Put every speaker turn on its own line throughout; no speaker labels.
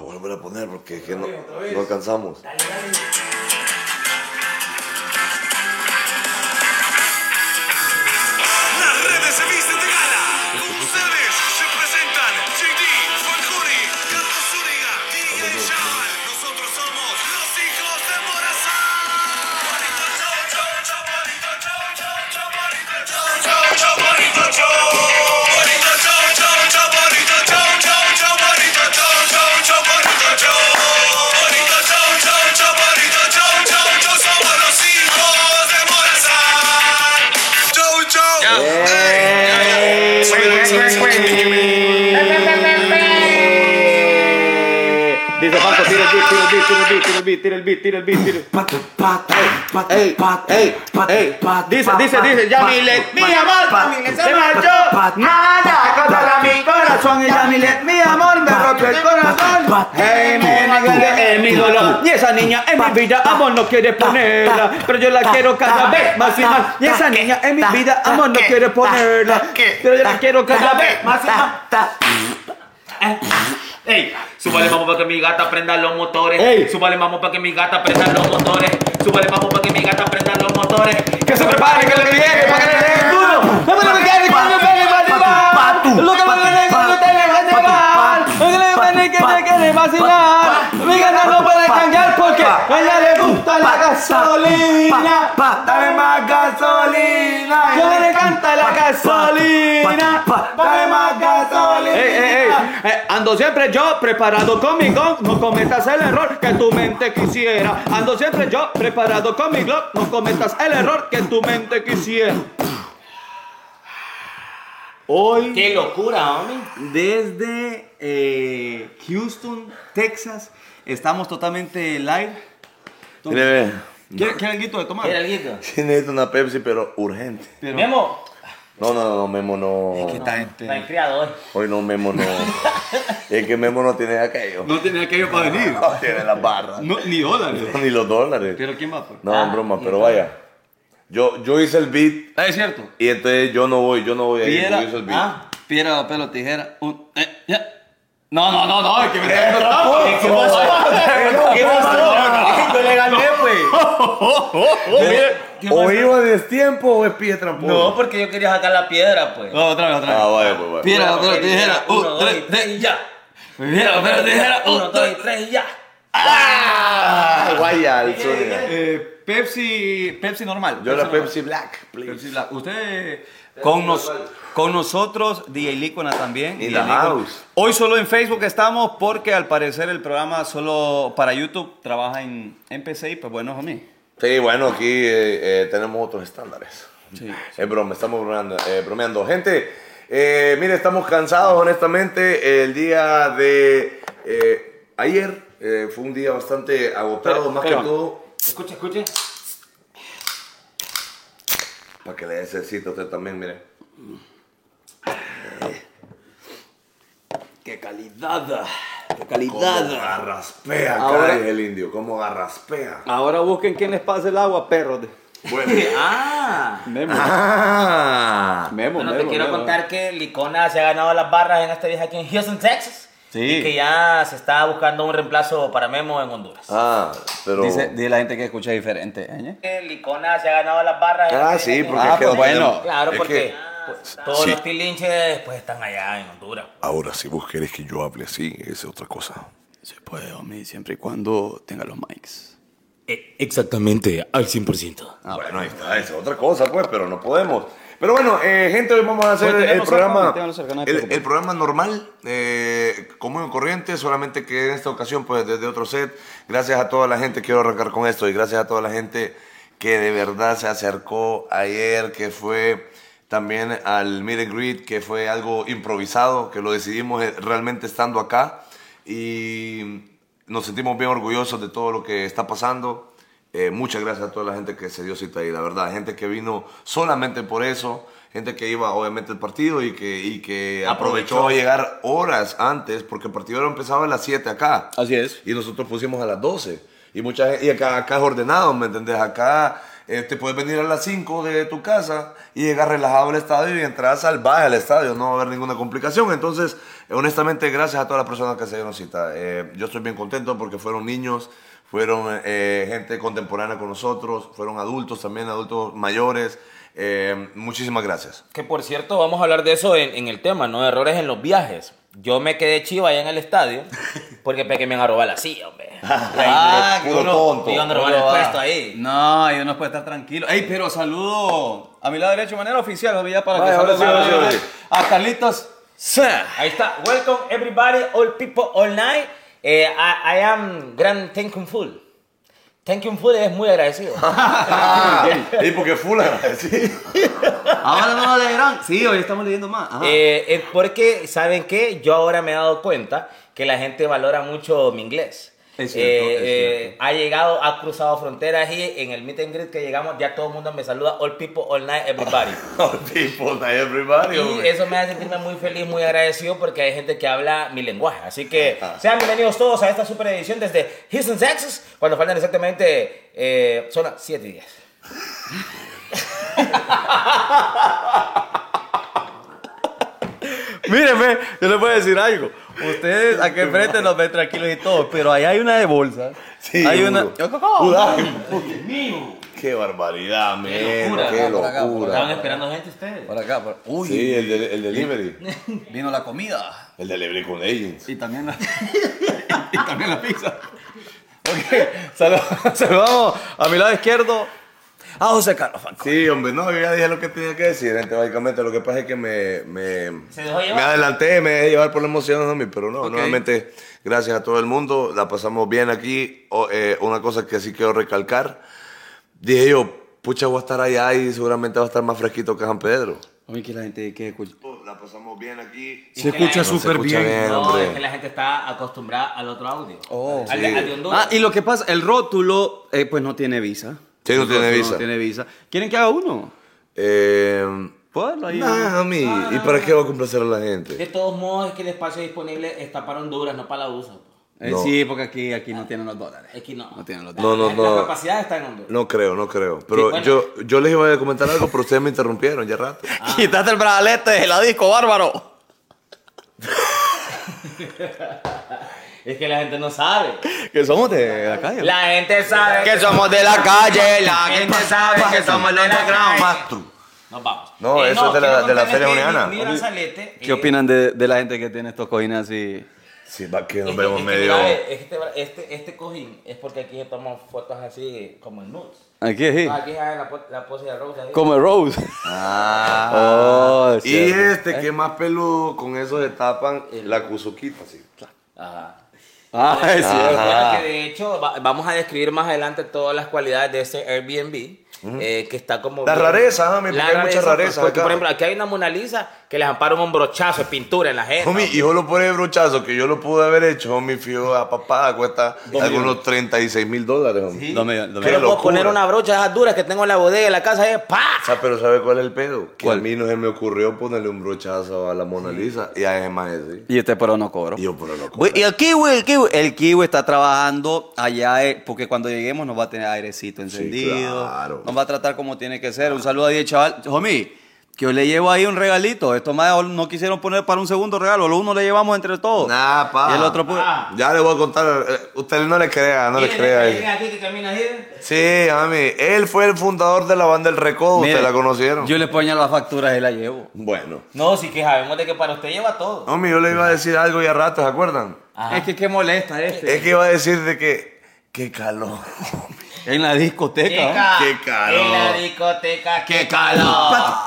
volver a poner porque que no, no alcanzamos.
Dale, dale.
Las redes se visten de gala. Con ustedes se presentan JD, Fanconi, Carlos Zúñiga, DJ Chaval. Nosotros somos los hijos de Morazán. Chaparito, chau, chau, chaparito, chau, chau, chaparito, chau, chau, chaparito, chau. Chaparito, chau, chau, chaparito, chau, chau, chaparito, chau, chau, chaparito, chau. Chaparito, chau, chau, chaparito, chau, chau, chau. Somos los hijos de Morazán. Chau, chau.
Dice Juanjo, tira el beat, tira el beat, tira el beat, tira el beat, tira el beat,
Ey, ey, ey.
Dice, dice, dice, Yamilet, mi amor, se marchó, nada, contra mi corazón, y Yamilet, mi amor, me rompió el corazón, hey, me negué en mi dolor, y esa niña en mi vida, amor, no quiere ponerla, pero yo la quiero cada vez más y más, y esa niña en mi vida, amor, no quiere ponerla, pero yo la quiero cada vez más y más.
Ey, súbale vamos para que mi gata prenda los motores.
Ey.
Súbale vamos para que mi gata prenda los motores. Súbale vamos para que mi gata prenda los motores.
Que se prepare, que lo que viene, para que le den duro. Vamos a lo que viene, que no viene, más y más. Lo que va a tener, que no tiene, más y más. Lo que le viene, que no quiere vacilar. Mi gata no puede cambiar porque a ella le gusta la gasolina. Dame más gasolina. Yo le encanta la gasolina. Dame más gasolina. Ey, ey, ey. Eh, Ando siempre yo preparado con mi gong, no cometas el error que tu mente quisiera. Ando siempre yo preparado con mi glock, no cometas el error que tu mente quisiera. Hoy
Qué locura, homie.
desde eh, Houston, Texas, estamos totalmente live.
Mire, ve,
¿Quiere, quiere el grito de tomar?
Era alguito.
sí necesito una Pepsi, pero urgente.
Pero-
Memo,
No, no, no, Memo
¿Qué
no.
tal,
la he
gente?
criado hoy.
Hoy no, Memo no. es que Memo no tiene aquello.
No tenía aquello para venir.
No tiene las barras.
No, ni dólares.
Ni los dólares.
Pero ¿quién va? pues?
No,
Ah,
broma,
y
pero
entonces-
vaya. Yo, yo hice el beat
Ah, es cierto.
y entonces yo no voy, yo no voy a ir. Yo
Piedra,
hice el beat.
ah, piedra, papel o tijera. Un, eh, ya. No, no, no, no, es que me está dando trapo.
¿Qué pasó? ¿Qué pasó? Yo le gané, pues.
Pero, o iba a destiempo o es pues. pie tramposo.
No, porque yo quería sacar la piedra, pues.
No, otra vez, otra vez.
Ah, vaya, pues, vaya.
Piedra, papel o tijera. Un,
Uno, dos,
tres,
y
tres,
tres,
ya. Piedra, papel o tijera.
Uno,
Un,
dos
tres.
y tres, ya.
Ah, guaya, el Zúñiga.
Eh, Pepsi, Pepsi normal.
Yo la
normal.
Pepsi Black, please.
Pepsi Black. Usted con, nos- con nosotros, DJ Licona también.
In
DJ
the
Licona.
house.
Hoy solo en Facebook estamos porque al parecer el programa solo para YouTube trabaja en, en PC y pues bueno, homie.
Sí, bueno, aquí eh, eh, tenemos otros estándares.
Sí.
Es broma, estamos bromeando. eh, bromeando. Gente, eh, mire, estamos cansados, honestamente. El día de eh, ayer eh, fue un día bastante agotado,
Pero-
más
pero-
que todo.
Escuche, escuche.
Para que le necesite a usted también, mire.
Qué calidad. Qué
Cómo garraspea,
Ahora-
caray, el indio, cómo garraspea.
Ahora busquen quién les pasa el agua, perros. de-
Bueno.
Ah.
Memo.
Ah,
Memo,
Bueno, te
Memo,
quiero
Memo.
contar que Licona se ha ganado las barras en esta vieja aquí en Houston, Texas.
Sí.
Y que ya se está buscando un reemplazo para Memo en Honduras.
Ah, pero.
Dice, dice la gente que escucha diferente. ¿eh?
Que Licona se ha ganado las barras. en
Ah,
esta
sí,
vieja
porque
Ah,
es que
pues bueno.
aquí. Claro,
es
porque
que-
pues, todos
Sí.
los tilinches pues están allá en Honduras.
Ahora, si vos querés que yo hable así, es otra cosa.
Se puede, homie, siempre y cuando tenga los mics.
Eh,
Exactamente, al 100%.
Ah, bueno, ahí está, es otra cosa, pues, pero no podemos. Pero bueno, eh, gente, hoy vamos a hacer
Pues,
el
ténganlo cerca,
programa,
ténganlo cerca, no te
el,
preocupes.
el programa normal, eh, común y corriente, solamente que en esta ocasión, pues, desde otro set. Gracias a toda la gente, quiero arrancar con esto, y gracias a toda la gente que de verdad se acercó ayer, que fue también al Meet and Greet, que fue algo improvisado, que lo decidimos eh, realmente estando acá. Y nos sentimos bien orgullosos de todo lo que está pasando. Eh, muchas gracias a toda la gente que se dio cita ahí, la verdad. Gente que vino solamente por eso, gente que iba obviamente al partido y que, y que aprovechó,
Aprovechó.
llegar horas antes, porque el partido era- empezaba a las 7 acá.
Así es.
Y nosotros pusimos a las 12. Y, mucha, gen- y acá, acá es ordenado, ¿me entendés? Acá eh, te puedes venir a las 5 de tu casa y llegar relajado al estadio y entrar salvaje al estadio, no va a haber ninguna complicación. Entonces, eh, honestamente, gracias a todas las personas que se dieron cita. Eh, yo estoy bien contento porque fueron niños, fueron eh, gente contemporánea con nosotros, fueron adultos también, adultos mayores. Eh, muchísimas gracias.
Que por cierto, vamos a hablar de eso en, en el tema, ¿no? Errores en los viajes. Yo me quedé chiva allá en el estadio porque pensé que me iban a robar la silla, hombre.
Ah,
Puro
uno-
tonto.
Me iban a robar el
va.
puesto ahí.
No, yo no puedo estar tranquilo. Ey, pero saludo a mi lado derecho, manera oficial, ¿no? ya para
Vaya,
que
ahora sí,
salude
ahora sí,
a Carlitos.
Ahí está. Welcome everybody, all people, all night. Eh, I, I am grand thank you full. Thank you full es muy agradecido.
y porque full agradecido.
Ahora no lo leerán. Sí, hoy estamos leyendo más.
Ah.
Ajá.
Eh, eh, porque, ¿saben qué? Yo ahora me he dado cuenta que la gente valora mucho mi inglés.
Es cierto,
Eh,
es
eh,
cierto.
ha llegado, ha cruzado fronteras y en el meet and greet que llegamos ya todo el mundo me saluda, all people, all night, everybody.
All people, not everybody.
Y
hombre.
eso me hace sentirme muy feliz, muy agradecido porque hay gente que habla mi lenguaje. Así que sean bienvenidos todos a esta super edición desde Houston, Texas, cuando faltan exactamente, eh, son las 7 días.
Mírenme, yo les voy a decir algo. Ustedes aquí enfrente nos ven tranquilos y todo, pero ahí hay una de bolsas.
Sí,
hay
seguro.
una. Yo, ¿cómo?
Qué barbaridad, men. Qué locura.
Estaban esperando gente ustedes.
Por acá, por- Uy,
Sí, el, de- el delivery.
vino la comida.
El delivery con Agents.
Y también la, y también la pizza. Ok, salu- saludamos a mi lado izquierdo a José Carlos Falcón.
Sí, hombre, no, yo ya dije lo que tenía que decir, gente, básicamente. Lo que pasa es que me, me,
Se dejó llevar.
me adelanté, me dejé llevar por la emoción, homie, pero no,
Ok.
nuevamente, gracias a todo el mundo, la pasamos bien aquí. O, eh, una cosa que sí quiero recalcar, dije yo, pucha, voy a estar allá y seguramente va a estar más fresquito que San Pedro.
Oye, que la gente que escucha.
La pasamos bien aquí.
Se escucha
Se
súper
escucha
bien.
bien,
No,
hombre.
es que la gente está acostumbrada al otro audio.
Oh.
al, de- al de Honduras.
Ah, y lo que pasa, el rótulo, eh, pues no tiene visa.
Sí, no
El
tiene
rótulo
visa.
No tiene visa. ¿Quieren que haga uno?
Eh,
Puedo hacerlo ahí.
nah, homie, ¿y para qué voy a complacer a la gente?
De todos modos, es que el espacio disponible está para Honduras, no para la USA.
Eh,
No.
Sí, porque aquí, aquí no tienen los dólares.
Es que no.
No tienen los dólares.
No,
la,
no, no.
La capacidad está en Honduras.
No creo, no creo. Pero
bueno.
yo, yo les iba a comentar algo, pero ustedes me interrumpieron ya rato.
Ah.
Quítate el brazalete de la disco, bárbaro.
Es que la gente no sabe.
Que somos de la calle.
La gente sabe
Que somos de la calle, la
La
gente
gente sabe que somos los underground. Nos vamos.
No, eso es de la-
quiero
de la
contarles
Feria
Eh, que
Boliviana.
Mi, mi brazalete,
¿Qué
eh,
opinan de, de la gente que tiene estos cojines así?
Sí, va que nos
este-
vemos
este,
medio.
eh,
mira, Este, este, este cojín es porque aquí tomamos fotos así como en nudes.
Aquí, sí.
Ah, Aquí es la, po- la pose de Rose. ahí.
Como el Rose. Ah.
Y este que es más peludo, con eso se tapan la cuzuquita, sí.
Ajá.
Ah, es cierto.
Bueno, que de hecho va- vamos a describir más adelante todas las cualidades de ese Airbnb. eh, que está como
Las
bien-
rarezas, homie, porque
Las
hay muchas rarezas
porque,
acá.
por ejemplo aquí hay una Mona Lisa que les amparon un brochazo de pintura en la gente
Homie, y yo lo pone de brochazo, que yo lo pude haber hecho, homie, fío a papá, cuesta algunos 36 mil dólares, homie.
Dos millones, dos
Qué
pero puedo
millones.
locura.
poner una brocha de esas duras que tengo en la bodega de la casa es
O
pa
sea, pero ¿sabe cuál es el pedo? Que
¿Cuál?
a mí no se me ocurrió ponerle un brochazo a la Mona Lisa y a Emma ese.
Y este pero no cobro.
Y yo, pero loco.
Güey, Y el kiwi, el kiwi, el kiwi está trabajando allá, eh, porque cuando lleguemos nos va a tener airecito encendido,
claro.
nos va a tratar como tiene que ser. Un saludo a 10 chaval, homie, que yo le llevo ahí un regalito. Estos más no quisieron poner para un segundo regalo, lo uno le llevamos entre todos.
Nah, Ah, pa.
Y el otro pues,
Ya le voy a contar. eh, Usted no le crea, no le crea. ahí.
Miren aquí que camina así.
Sí, mami. Él fue el fundador de la banda El Recodo.
mire,
Ustedes la conocieron.
Yo le ponía las facturas y la llevo.
Bueno.
no sí que sabemos de que para usted lleva todo
Mami, yo le iba a decir algo ya rato, ¿se acuerdan?
Ah.
Es que qué molesta este.
Es que iba a decir de que. ¡Qué calor!
En la discoteca. ¿no?
Chica,
Qué calor.
En la discoteca, qué
Pat,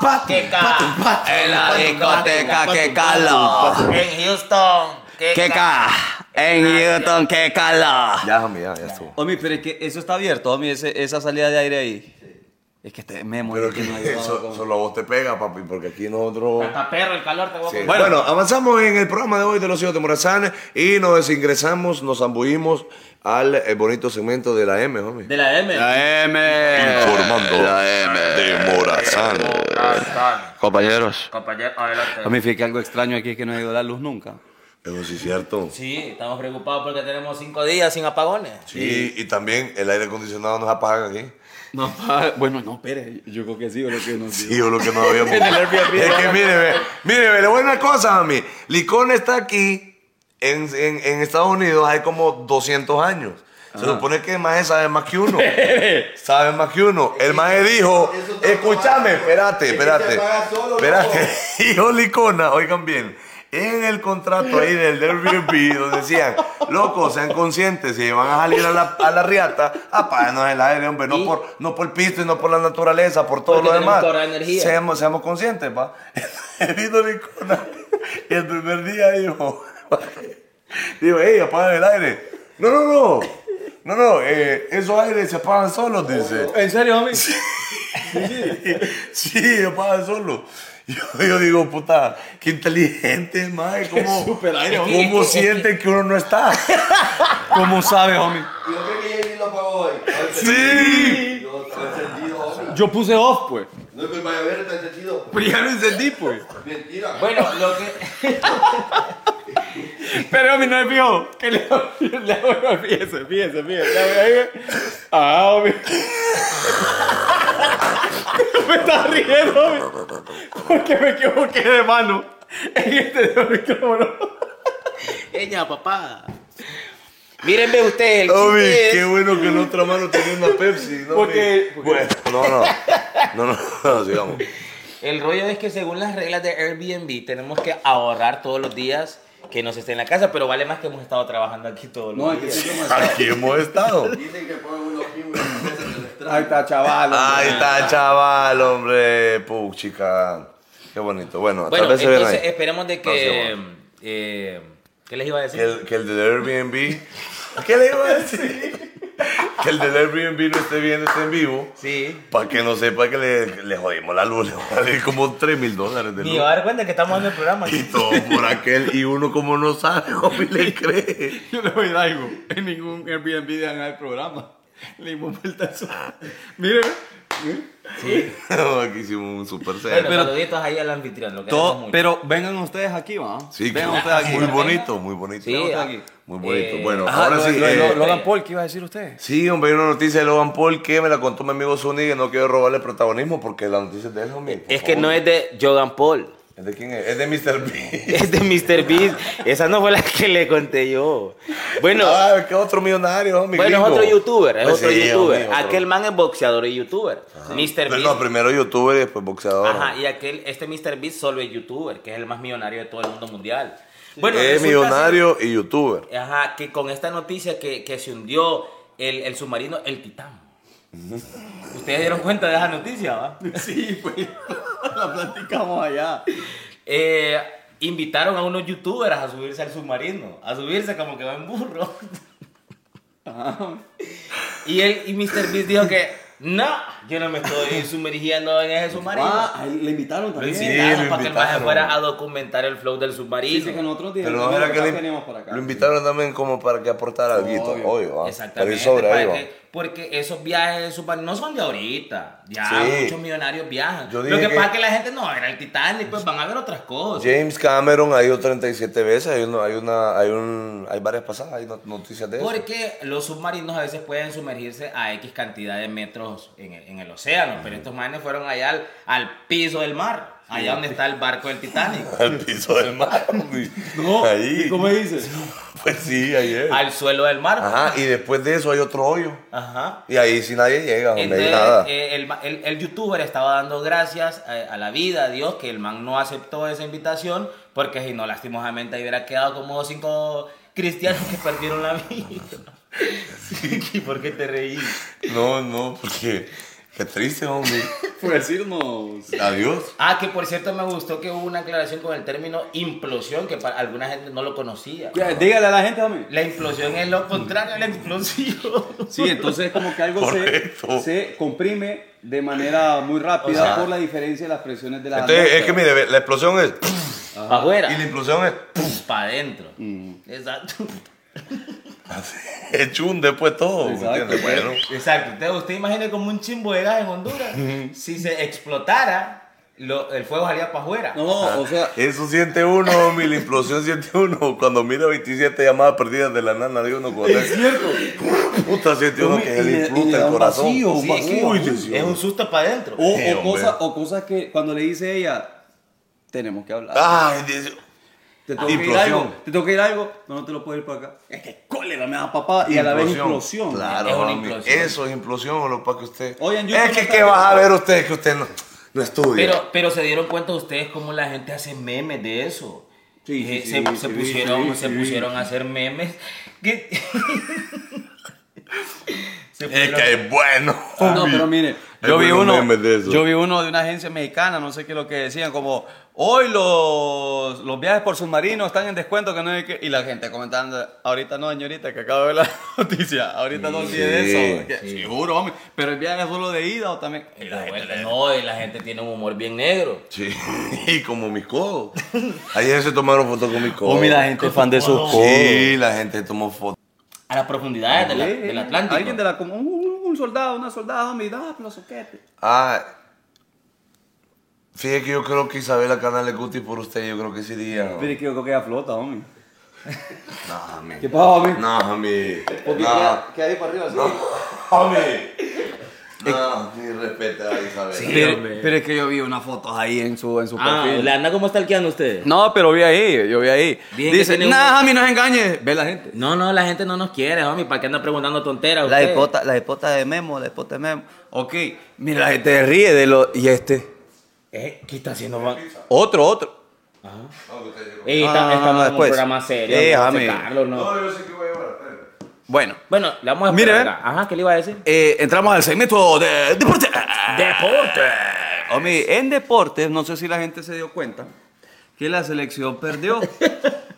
calor.
pat,
Qué calor.
En la discoteca, qué calor.
En Houston, qué
Qué
calor.
ca. En Newton, qué calor.
Ya, mami, ya, ya estuvo.
Omi, pero es que eso está abierto, Omi, ese- esa salida de aire ahí. Es que este memo
Pero
es que no
que
hay-
eso, solo a vos te pega, papi, porque aquí nosotros.
Hasta perro, el calor te voy a
Sí.
comer.
Bueno, avanzamos en el programa de hoy de los hijos de Morazán y nos desingresamos, nos ambullimos al eh, bonito segmento de la M, homie.
De la
Ah.
M.
La M.
Formando de Morazán.
Compañeros.
Compañero, adelante.
Omi, fíjate que algo extraño aquí es que no ha ido la luz nunca.
Eso sí es cierto.
Sí, estamos preocupados porque tenemos cinco días sin apagones.
Sí, y también el aire acondicionado nos apaga aquí.
No, pa- bueno, no, espere, yo creo que sí, o lo que nos
Sí, yo lo que no habíamos.
En el Airbnb.
Es que mire, ve, mire, ve, le voy a una cosa, mami. Licón está aquí. En, en, en Estados Unidos hay como 200 años. Se supone que el maje sabe más que uno. sabe más que uno. El maje dijo, escúchame, espérate, espérate. Espérate. Hijo Licona, oigan bien. En el contrato ahí del Airbnb donde decían, locos, sean conscientes, si van a salir a la, a la riata, apáguenos el aire, hombre, no por, no por el pisto y no por la naturaleza, por todo
Porque
lo
tenemos
demás.
toda la energía.
Seamos, seamos conscientes, va. Vino Licona y el primer día dijo, dijo, hey, apaga el aire. No, no, no. No, no, eh, esos aires se apagan solos, dice.
¿En serio, homie?
Sí, se apagan solos. Yo, yo digo, puta, qué inteligente, madre, cómo,
súper aire, homie.
cómo siente que uno no está.
¿Cómo sabe, homie?
Yo creo que Jenny lo pagó hoy.
Sí.
Yo estoy encendido, hombre.
Yo puse off, pues.
No es que vaya a ver, está encendido.
Pero ya lo encendí, pues.
Mentira.
Bueno, lo que.
Pero homie, no es mío. Que le le hago, fíjese, fíjese, fíjese. le hago- ahí ve. Ah, homie. me estaba riendo, homie. Porque me equivoqué de mano. En este micrófono.
Ella, papá.
Mírenme ustedes, el
Obi,
chiste es-
qué bueno que en otra mano tenía una Pepsi. ¿no?
Porque-
Bueno, no, no. No, no, no, sigamos.
El rollo es que según las reglas de Airbnb tenemos que ahorrar todos los días que nos esté en la casa, pero vale más que hemos estado trabajando aquí todos los días.
Aquí hemos estado.
Dicen que ponen unos pingües en la mesa del estrado.
Ahí está, chaval.
Ahí
Ah.
está, chaval, hombre. Puchica. Qué bonito. Bueno,
Bueno,
tal vez se vean
entonces eh.
ahí.
esperemos de
No, sí,
que...
bueno.
eh, ¿Qué les iba a decir?
Que el, que el del Airbnb. ¿Qué le iba a decir? Que el del Airbnb no esté viendo, esté en vivo.
Sí.
Para que no sepa que le, le jodimos la luz. Le va a salir como 3 mil dólares de
Ni
luz.
va a dar cuenta que estamos en el programa.
Y todo por aquel. Y uno, como no sabe, hombre, le cree.
Yo le voy a decir algo. En ningún Airbnb dejan el programa. Le dimos vuelta a eso. Mire,
No, aquí hicimos un super set.
Bueno, saluditos ahí al anfitrión, lo queremos
Todo,
mucho.
pero vengan ustedes aquí, va.
Sí, que-
vengan ustedes aquí.
muy bonito, muy bonito.
Sí,
muy
ah,
bonito.
eh,
bueno,
Ajá,
ahora
lo-
sí.
lo-
eh,
lo- Logan Paul, ¿qué iba a decir usted?
Sí, hombre, hay una noticia de Logan Paul que me la contó mi amigo Zuni que no quiero robarle protagonismo porque la noticia es de él, homie. por
Es que
favor.
no es de Jogan Paul,
¿Es de quién es? Es de Mr. B.
es de Mr. Beast. Esa no fue la que le conté yo. Bueno,
Ah, que otro millonario, homie.
bueno es
gringo.
otro youtuber, es
Pues
otro
sí,
youtuber.
homie, otro.
Aquel man es boxeador y youtuber. Mr.
Pero
Beast.
No, primero youtuber y después boxeador.
Ajá, y aquel, este Mr. Beast solo es youtuber, que es el más millonario de todo el mundo mundial. Bueno,
es
resulta
millonario y youtuber.
ser- ajá, que con esta noticia que, que se hundió el, el submarino El Titán. Ustedes dieron cuenta de esa noticia, ¿va?
sí, pues. La platicamos allá.
Eh, invitaron a unos youtubers a subirse al submarino, a subirse como que va en burro. y él y Mr. Beast dijo que no, yo no me estoy sumergiendo en ese submarino.
Ah, le
Lo
invitaron también.
invitaron
lo
para que el maje
invitaron.
fuera a documentar el flow del submarino.
Dice que nosotros
Pero
dijimos
no era que
acá
le-
veníamos para acá.
lo invitaron también como para que aportara algo,
Obvio.
obvio. ¿va? Para ir
Exactamente.
sobre
para
ahí, va.
que- porque esos viajes de submarino no son de ahorita. Ya
Sí.
muchos millonarios viajan.
Yo
Lo
dije
que,
que-
pasa es que la gente no va a ver el Titanic, pues van a ver otras cosas.
James Cameron ha ido 37 veces, hay, uno, hay, una, hay, un, hay varias pasadas, hay not- noticias de eso.
Porque los submarinos a veces pueden sumergirse a X cantidad de metros en el, en el océano, pero estos manes fueron allá al, al piso del mar, allá donde está el barco del Titanic,
Al piso del mar. güey.
No,
Ahí.
¿y cómo dices?
Pues sí, ayer.
al suelo del mar.
Ajá, y después de eso hay otro hoyo.
Ajá.
Y ahí si nadie llega, donde hay
Entonces,
nada.
eh, el, ma- el- el youtuber estaba dando gracias eh, a, a la vida, a Dios, que el man no aceptó esa invitación, porque si no, lastimosamente ahí hubiera quedado como cinco cristianos que perdieron la vida. ¿Y por qué te reís?
No, no, porque qué triste, hombre.
Por decirnos.
Adiós.
Ah, que por cierto me gustó que hubo una aclaración con el término implosión, que para alguna gente no lo conocía.
Ya, Dígale a la gente, homie.
La implosión es lo contrario a la explosión.
Sí, entonces como que algo se,
Correcto.
se comprime de manera muy rápida
O sea,
por la diferencia de las presiones de la
Entonces, es que mire, ve, la explosión es.
Para afuera,
Y Mm. la implosión es.
para adentro. Exacto.
Es chun después todo. ¿me
Exacto.
entiendes? Bueno.
Exacto, usted, usted imagine como un chimbo de gas en Honduras. si se explotara,
lo- el fuego salía para afuera.
No, o sea,
Eso siente uno, homie, la implosión siente uno. Cuando mira 27 llamadas perdidas de la nana de uno, cuando es cierto. Puta, siente uno
Homie,
que se
y
le
le- y le
explota
da
el
un
corazón.
vacío, un
Sí,
vacío.
uy, Dios
Es
mío.
un susto para adentro.
o,
Sí,
o, cosa-
hombre.
o cosas que cuando le dice ella, tenemos que hablar.
Ay, Dios.
Te tengo que ir
Ah, Implosión.
algo, te tengo que ir algo, no, no te lo puedo ir para acá. Es que cólera me da papá y a la vez implosión.
Claro,
Es una
homie.
implosión.
Eso es implosión o lo para que usted.
Oye, en YouTube
es que
no
qué
está-
vas a ver usted que usted no, no estudia.
Pero, pero se dieron cuenta ustedes cómo la gente hace memes de eso.
Sí, sí,
Eh,
sí,
se,
sí,
se
sí,
pusieron,
sí,
se
sí.
pusieron a hacer memes. que- Se
es
pusieron-
que es bueno.
No,
homie.
pero mire,
Hay
yo vi,
buenos
uno,
memes de eso.
yo vi uno de una agencia mexicana, no sé qué es lo que decían, como hoy los, los viajes por submarino están en descuento, que no hay que... Y la gente comentando, ahorita no, señorita, que acabo de ver la noticia, ahorita no olvide
Sí,
eso. Que- Seguro, hombre, pero el viaje es solo de ida o también...
Y la vuelta, no, y la gente tiene un humor bien negro.
Sí, y como mis codos. Ayer se tomaron fotos con mis codos.
Oh, mira, la gente es fan de sus codos.
Sí, la gente tomó fotos.
A las profundidades de la-
Eh,
del Atlántico.
Alguien de la com- un, un- un soldado, una soldada, mi da pues, los soquetes.
Ah, fíjate que yo creo que Isabela Canales Guti por usted, yo creo que sería. ¿no?
Pero es que yo creo que ella flota, homie.
No, homie.
¿Qué pasa, homie?
No, homie.
Porque
No,
queda- queda ahí para arriba, así.
homie. No, ni respeta a Isabela.
Pero, pero es que yo vi unas fotos ahí en su, en su
Ah,
perfil.
la anda como stalkeando usted.
No, pero vi ahí, yo vi ahí.
Dicen que
Dice,
tiene un-
nada, a mí no se engañe. Ve la gente.
No, no, la gente no nos quiere, homie. ¿Para qué anda preguntando tonteras?
La
usted?
hipota, la hipota de Memo, la hipota de Memo. Ok, mira, la gente se ríe de lo... Y este,
Eh, ¿Qué está haciendo, man?
otro, otro.
Eh,
Ey, está-
Ah,
estamos en un
después.
programa serio.
Eh,
no,
homie.
Carlos, no.
yo sé que voy a llevar.
Bueno,
Bueno, le vamos a esperar
Mire, ve.
acá. Ajá, ¿qué le iba a decir?
eh, entramos al segmento de deporte.
¡Deporte!
Homie, en deportes, no sé si la gente se dio cuenta que la selección perdió,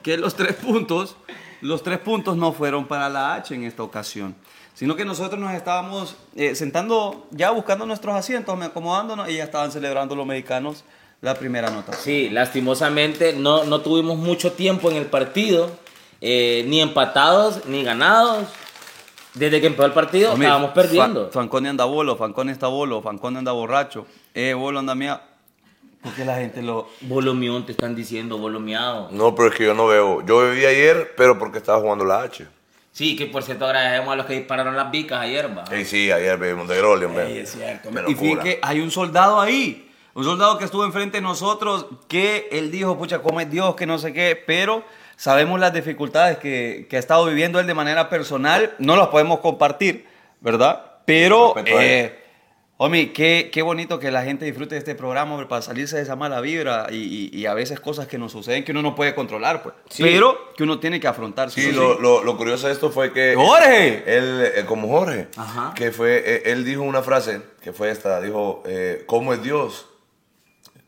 que los tres puntos, los tres puntos no fueron para la H en esta ocasión, sino que nosotros nos estábamos eh, sentando ya buscando nuestros asientos, me acomodándonos y ya estaban celebrando los mexicanos la primera anotación.
Sí, lastimosamente no, no tuvimos mucho tiempo en el partido, eh, ni empatados, ni ganados. Desde que empezó el partido
Homie,
estábamos
Fa-
perdiendo.
Fanconi anda bolo, Fanconi está bolo, Fanconi anda borracho, eh, bolo anda mía, porque la gente lo...
Bolomión, te están diciendo, bolomeado.
No, pero es que yo no veo. Yo bebí ayer, pero porque estaba jugando la H.
Sí, que por cierto agradecemos a los que dispararon las vicas ayer, va.
Ey, sí, ayer bebimos de Grolio, hombre. Sí, es cierto.
Y fíjate que hay un soldado ahí. Un soldado que estuvo enfrente de nosotros, que él dijo, pucha, cómo es Dios, que no sé qué, pero sabemos las dificultades que, que ha estado viviendo él de manera personal, no las podemos compartir, ¿verdad? Pero,
Respeto a él.
eh, homie, qué, qué bonito que la gente disfrute de este programa hombre, para salirse de esa mala vibra y, y- y a veces cosas que nos suceden que uno no puede controlar, pues. Pero que uno tiene que afrontar.
Sí, lo, lo- lo curioso de esto fue que.
¡Jorge!
Él, eh, como Jorge, que fue, eh, él dijo una frase que fue esta: dijo, eh, ¿Cómo es Dios?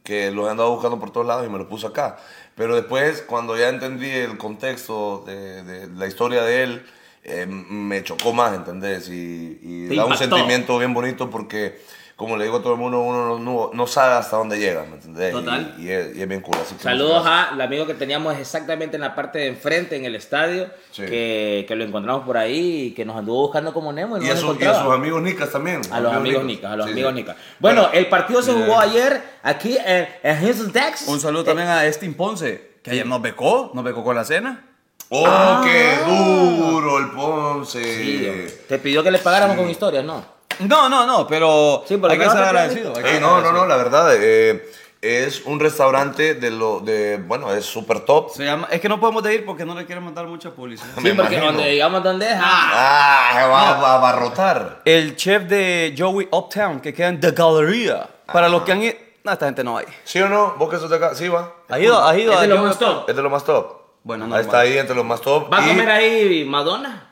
Que lo he andado buscando por todos lados y me lo puso acá. Pero después, cuando ya entendí el contexto de, de la historia de él, eh, me chocó más, ¿entendés? Y, y
Te
da un
impactó.
sentimiento bien bonito porque, como le digo a todo el mundo, uno no, no- no sabe hasta dónde llega, ¿me entendés?
Total.
Y, y es, y es bien cool. Así que
Saludos
muchas
al amigo que teníamos exactamente en la parte de enfrente, en el estadio,
Sí.
que, que lo encontramos por ahí y que nos anduvo buscando como Nemo. Y, no
gracias. Y a,
nos
sus- y a
encontraba.
sus amigos nicas también.
A los
nicas.
amigos Nicas, a los
Sí,
amigos
sí.
Nicas. Bueno, el partido se jugó ayer aquí en, en Houston, Texas.
Un
Eh.
saludo también a Estin Ponce, que ayer nos becó, nos becó con la cena.
¡Oh, qué duro el Ponce!
Ah. Sí, Te pidió que le pagáramos con historias, ¿no?
No, no, no, pero
Sí, pero
hay que
no
ser
te
agradecido. hay que
Ey,
ser
no, no,
agradecido.
no, la verdad, eh, es un restaurante de lo, de, bueno, es super top.
Se llama, es que no podemos de ir porque no le quieren mandar mucha publicidad.
Sí,
me
porque
imagino.
donde digamos dónde es. ah.
Ah, se va a- va a abarrotar.
El chef de Joey Uptown, que queda en The Galleria. Para los que han ido. No, esta gente no va ahí.
¿Sí o no? ¿Vos que sos de acá? Sí, va.
¿Ha ido? ¿Ha ido?
Es de
a
este lo
Joey
más
Uptown?
top.
Es de lo más top.
Bueno,
ahí
normal.
está ahí entre los más top.
¿Va a
y-
comer ahí Madonna?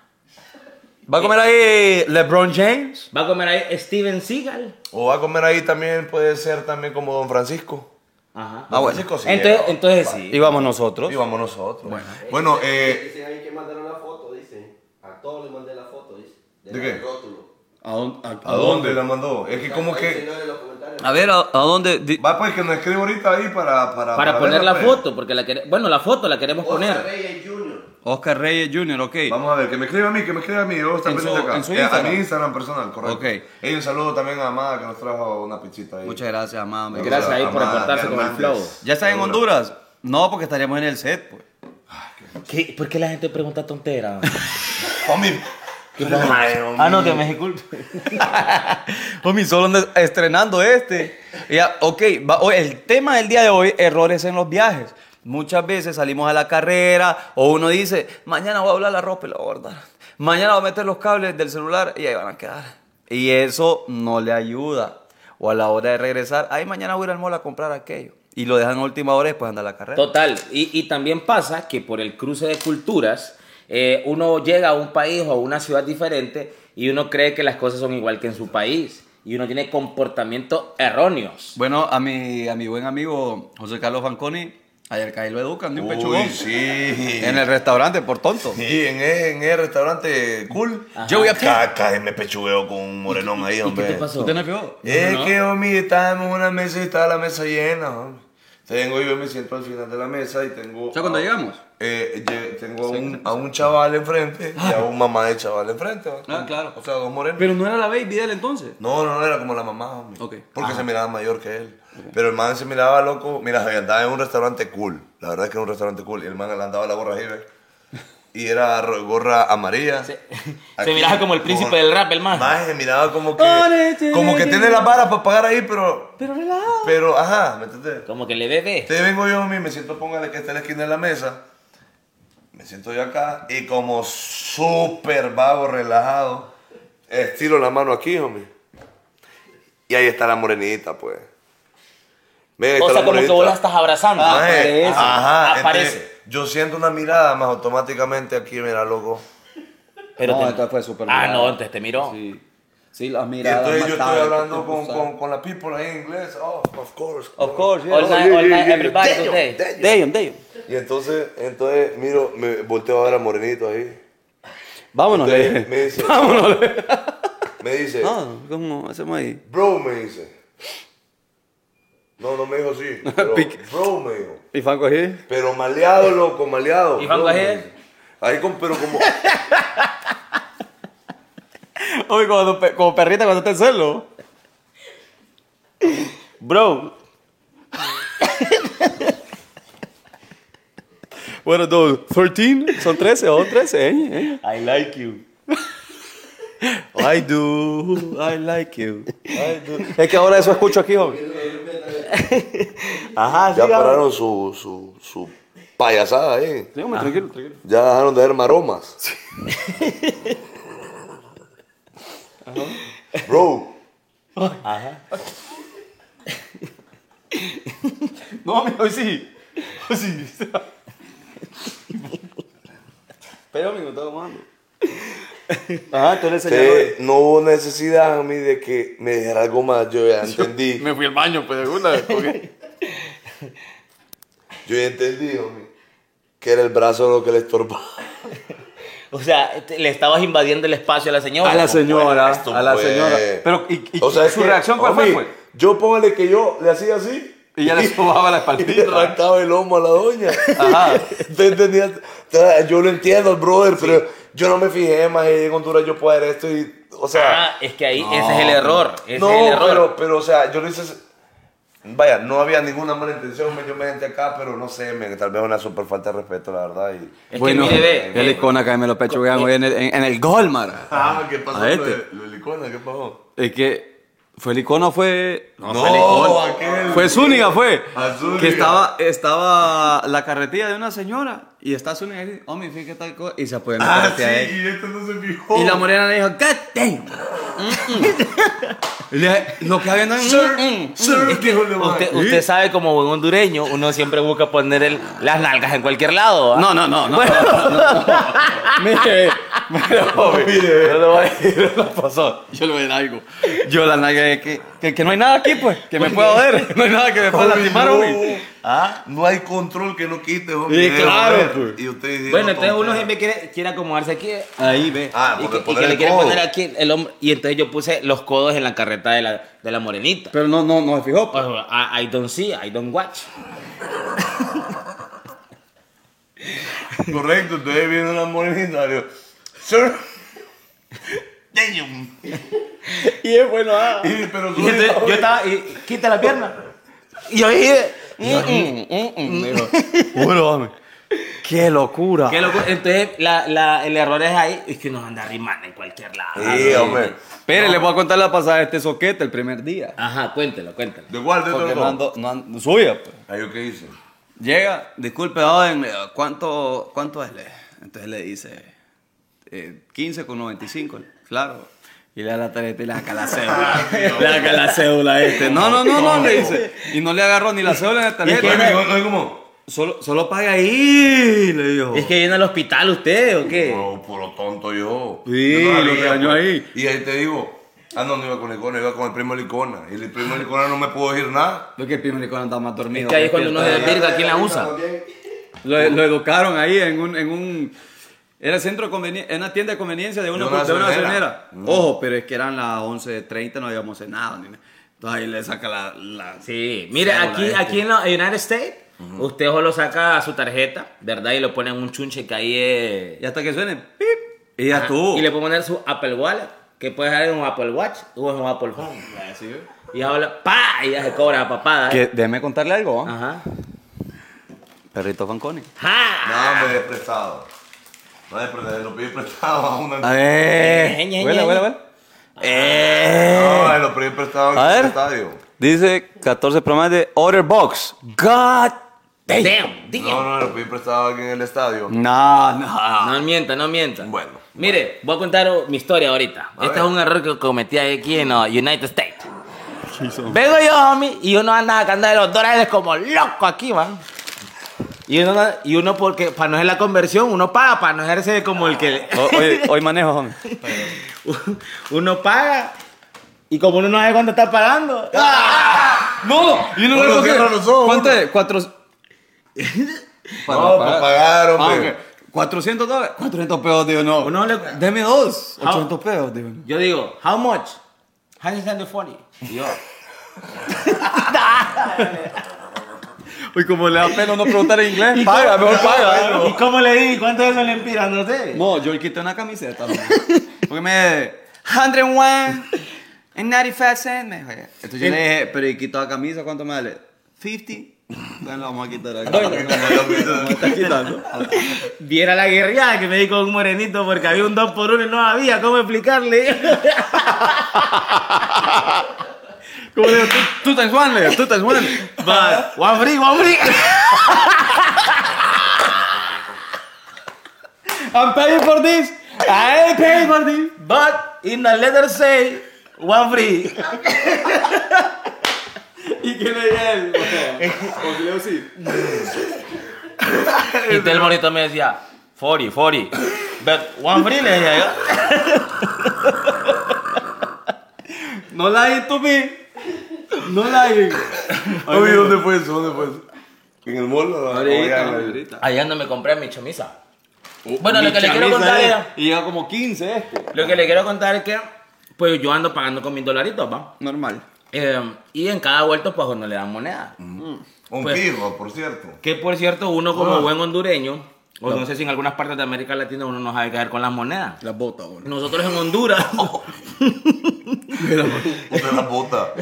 ¿Va a comer ahí LeBron James?
¿Va a comer ahí Steven Seagal?
O va a comer ahí también, puede ser también como Don Francisco.
Ajá.
Ah, bueno.
Francisco sí
Entonces,
llega.
entonces eh, sí.
Y vamos nosotros.
Y vamos nosotros. Bueno, bueno eh,
Dicen ahí que mandaron la foto, dicen. A todos les mandé la foto, dicen.
¿De
la
qué?
Rótulo.
¿a dónde la mandó? Es que como
Ahí
que...
señores, los comentarios.
A ver, ¿a, a dónde? Di-
Va pues que nos escribe ahorita ahí para... Para,
Para poner
verla,
la
pues.
foto, porque la quere- Bueno, la foto la queremos
Oscar
poner.
Reyes Jr.
Oscar Reyes Jr., ok.
Vamos a ver, que me escriba a mí, que me escriba a mí. Vos estás
En su-
presente acá.
en su
Eh, A
Instagram.
mi Instagram personal, correcto.
Ok.
Y un saludo también a Amada que nos trajo una pichita ahí.
Muchas gracias, amado.
Saludos
Gracias
a
ahí por
Amada
aportarse con el
Hernández.
flow.
¿Ya estás en
Seguro.
Honduras? No, porque estaríamos en el set, pues.
¿Qué? ¿Por qué la gente pregunta tontera?
Homie.
ah, no, que me disculpe.
Homie, solo andas estrenando este. Ya, ok, va- hoy- el tema del día de hoy, errores en los viajes. Muchas veces salimos a la carrera o uno dice, mañana voy a doblar la ropa y la voy a guardar. Mañana voy a meter los cables del celular y ahí van a quedar. Y eso no le ayuda. O a la hora de regresar, ay, mañana voy a ir al mall a comprar aquello. Y lo dejan a última hora y después anda a la carrera.
Total, y, y también pasa que por el cruce de culturas, eh, uno llega a un país o a una ciudad diferente y uno cree que las cosas son igual que en su país. Y uno tiene comportamientos erróneos.
Bueno, a mi, a mi buen amigo José Carlos Fanconi, ayer caí lo educan de un pechugón.
Uy, sí.
En el restaurante, por tonto.
Sí, en el, en el restaurante cool.
Yo voy a pie.
Caca, y me pechugueo con un morenón ahí,
¿Y qué
hombre.
te pasó?
¿Usted no vio?
Es que, homie, estábamos en una mesa y estaba la mesa llena, homie. Tengo yo, me siento al final de la mesa y tengo.
O sea, cuando llegamos.
Eh, lle- tengo a un, a un chaval enfrente y a un mamá de chaval enfrente. ¿va?
Ah, claro.
O sea, dos morenos.
Pero no era la baby de él entonces.
No, no, no era como la mamá, homie.
Ok. Ah.
Porque se miraba mayor que él. Pero el man se miraba loco. Mira, andaba en un restaurante cool. La verdad es que era un restaurante cool. Y el man le andaba la gorra ahí, ve. Y era ro- gorra amarilla. Aquí,
Se miraba como el príncipe
con-
del rap, el man.
Maje, se miraba como que. Como que tiene las varas para pagar ahí, pero.
Pero relajado.
Pero, ajá, ¿me entendés?
Como que le bebe.
Te vengo yo a mí, me siento, póngale que está en la esquina de la mesa. Me siento yo acá y como súper vago, relajado, estiro la mano aquí, homie. Y ahí está la morenita, pues. Ve, ahí
O
está
sea,
la
como que
morenita.
vos la estás abrazando.
Maje,
Aparece.
Ajá,
aparece.
entonces, yo siento una mirada más automáticamente aquí, mira, loco.
Pero
No,
te-
entonces fue súper
Ah,
mirada.
no, entonces te miró.
Sí. Sí, las
Y
miradas.
entonces yo
mataban,
estoy hablando
te
con,
impulsaban.
con, con la people ahí en inglés. Oh, of course.
Of course, yeah.
All night, all night, everybody
Damn,
today.
damn.
Damn, damn.
Y entonces, entonces, miro, me volteo a ver a Morenito ahí.
Vámonos, eh. le
Entonces,
dije.
me dice,
Vámonos, le dije.
me dice,
No, ¿cómo hacemos ahí?
bro, me dice. No, no me dijo así. pero
Pique.
bro, me dijo.
¿Y Franco ahí?
Pero maleado, loco, maleado.
¿Y eh, Juan
bro,
Gajé?
me dice. Ahí con, pero como,
Oye, como, pe- como perrita cuando está en celo. Bro. bueno, dude, 13, son 13, son 13, ¿eh?
I like you.
I do, I like you. Es que ahora eso escucho aquí, joven. Ajá, sí,
ya pararon su, su, su payasada ahí.
Sí, hombre, tranquilo, tranquilo.
Ya dejaron de ver maromas. Bro.
No, mi, hoy sí. Hoy sí. Pero, amigo, está tomando. Ajá, Ah, tú le enseñaste.
Te- no hubo necesidad a mí de que me dijera algo más. Yo ya entendí.
Me fui al baño, pues, de una vez. porque-
Yo ya entendí, homie, que era el brazo lo que le estorbaba.
O sea, te- le estabas invadiendo el espacio a la señora.
A la señora,
Esto
a la
fue-
señora. Pero, ¿y, y
O sea, es
su
que,
reacción cuál fue,
homie,
pues?
Yo póngale que yo le hacía así.
Y ya le sobaba la
Y le
espaldita.
arrancaba el lomo a la doña.
Ajá.
¿Te entendías? O sea, yo lo entiendo, brother, pero yo no me fijé más en Honduras yo puedo hacer esto y, o sea,
Ah, es que ahí ese es el error. Ah, Ese
no,
es el error.
pero, pero, o sea, yo lo hice, vaya, no había ninguna mala intención, me- yo me senté acá, pero no sé, me- tal vez una super falta de respeto, la verdad. Y...
Es
bueno,
que mire, ve,
el
ve.
icona que me lo pechuguean hoy en el, en, en el Golmar.
Ah, ¿qué pasó?
A este.
Lo del icono, ¿qué pasó?
Es que. ¿Fue el icono o fue.?
No,
fue el icono.
aquel.
Fue Zúñiga, fue.
A Zúñiga.
Que estaba, estaba la carretilla de una señora y está Zúñiga y dice, homie, fíjate tal cosa. Y se apoyó en la
Ah, sí,
carretilla de
y
él.
este no se fijó.
Y la morena le dijo, God damn. Y le- Lo que había no
Sir,
Mm, mm.
sir, dijo el man.
Usted, usted sabe, como buen hondureño, uno siempre busca poner el- las nalgas en cualquier lado. ¿ah?
No, no, no, no. Mire,
Mire,
Yo le voy a decir lo que pasó. Yo le voy a decir algo. Yo la nalga es que, que, que no hay nada aquí, pues. Que me pueda joder. No hay nada que me pueda
Homie,
lastimar,
no.
homie.
Ah, no hay control que no quite, hombre.
Sí, claro, pues.
Y usted dice,
Bueno,
no,
entonces uno
tonteras.
siempre quiere, quiere acomodarse aquí eh,
Ahí ve.
Ah,
y
porque
que, y que
poner
le
el
quiere
codo.
poner aquí el hombro. Y entonces yo puse los codos en la carreta de la, de la morenita. ah,
Pero no, no, no se fijó. pues.
Ojo, I, I don't see, I don't watch.
Correcto, entonces viene una morenita, le digo, sir, damn.
Y es bueno, ah.
Y- pero
Y entonces yo estaba, y, quita la pierna.
Y yo dije, bueno, hombre, qué locura.
Qué loco. Entonces, la, la- el error es ahí, es que nos anda rimando en cualquier lado.
Sí, Ah, hombre.
Pero les voy a contar la pasada de este soquete el primer día.
Ajá, cuéntelo, cuéntelo.
¿De cuál? ¿De
Porque no
otro?
ando, no ando, suya, pues.
Ah, ¿yo qué hice?
Llega, disculpe, joven, le digo, ¿cuánto, cuánto es? Le? Entonces le dice, eh, 15 con 95, claro. Y le da la tarjeta y le saca la cédula. le saca la cédula a este. No, no, no, no, le dice. Y no le agarró ni la cédula ni la
¿Y qué?
tarjeta.
¿No no es como?
Solo, solo pague ahí, le dijo.
¿Es que viene al hospital usted o qué?
Puro, puro tonto yo.
Sí,
Yo no
lo
sabía,
regañó
pues.
ahí.
Y ahí te digo, ah, no, no iba con Licona, iba con el primo Licona. Y el primo Licona no me pudo decir nada.
Lo que el primo Nicolás andaba más dormido.
Es que ahí es cuando uno se desvirga, ¿quién la usa?
Lo, lo educaron ahí en un, en un era el centro de conveni- en una tienda de conveniencia de una,
De una
de una
gasolinera.
gasolinera. Ojo, pero es que eran las 11.30, no habíamos cenado. ni nada. Entonces ahí le saca la... la-
Sí, mire,
Cédula
aquí,
este.
aquí en los United States, usted solo saca su tarjeta, ¿verdad? Y lo pone en un chunche que ahí es...
Y hasta que suene, pip, y ya
Ajá,
estuvo.
Ah, Y le puede poner su Apple Wallet, que puede ser en un Apple Watch o en un Apple Phone.
¿eh?
Y habla, pa, y ya se cobra la papada.
Que, déjeme contarle algo, ¿ah?
Ajá.
Perrito Fanconi.
¡Ja!
No, me he prestado. No me prestado, lo pedí prestado a una.
A ver.
Ñe, Ñe, Ñe,
Huele,
Ñe.
huele, huele.
No,
Eh.
me lo pedí prestado en
A
el
ver.
estadio.
Dice 14 programas de Otterbox. God damn.
Damn,
No,
damn.
no, me lo pedí prestado aquí en el estadio.
No, no.
No mienta, no mienta.
Bueno.
Mire, voy a contar oh, mi historia ahorita.
A
este
ver.
es un error que cometí aquí en los United States. Vengo yo, homie, y uno anda sacando de los dólares como loco aquí, man. Y uno, y uno porque, para no hacer la conversión, uno paga, para no hacerse como el que...
O- hoy, hoy manejo, homie.
uno paga, y como uno no sabe cuánto está pagando...
Ah. ¡No! Y uno
Uno
le
cierra los ojos,
¿Cuánto
uno.
es? Cuatro...
No, para pagar,
Ah,
hombre.
¿400 dólares? 400 pesos, digo, no.
Uno le-
Deme dos.
Ah.
800 pesos, digo.
Yo digo, how much? Handstand the 40. Y yo,
Uy, como le da pena no preguntar en inglés. Paga, mejor paga.
¿Y cómo le di? ¿Cuánto es eso le empiran? No sé.
No, yo le quité una camiseta. hombre. Porque me. 101 and 95 cents. Me dijo. Entonces yo le dije, pero y quito la camisa, ¿cuánto me vale? 50. Entonces la vamos a quitar acá. Como está quitando.
Viera la guerreada que me di con un morenito porque había un 2 por 1 y no había. ¿Cómo explicarle?
Como le digo, tú, tú te Juan, le digo, tú te Juan.
Va, one free, one free.
I'm paying for this. I pay for this.
But in the letter say, one free.
¿Y qué le dije él?
Y todo el monito me decía, 40, 40. But one free le decía yo.
No la hay, tú No la hay.
Oye, ¿dónde fue eso? ¿Dónde fue eso? ¿En el mall? o- o allá
Ahorita,
en el-
ahorita.
Allá no me compré mi chamisa. Bueno, lo que le quiero
Camisa
contar
Uh, ahí,
era-
Y llega como 15 este.
Lo que le quiero contar es que, pues yo ando pagando con mis dolaritos, va.
Normal.
Eh, y en cada vuelto, pues no le dan moneda.
Un
Pues-
pirro, por cierto.
Que por cierto, uno como
Ah.
buen hondureño, o no sé si en algunas partes de América Latina uno no sabe qué hacer con las monedas.
La bota, boludo.
Nosotros en Honduras,
Oh. Puta la puta.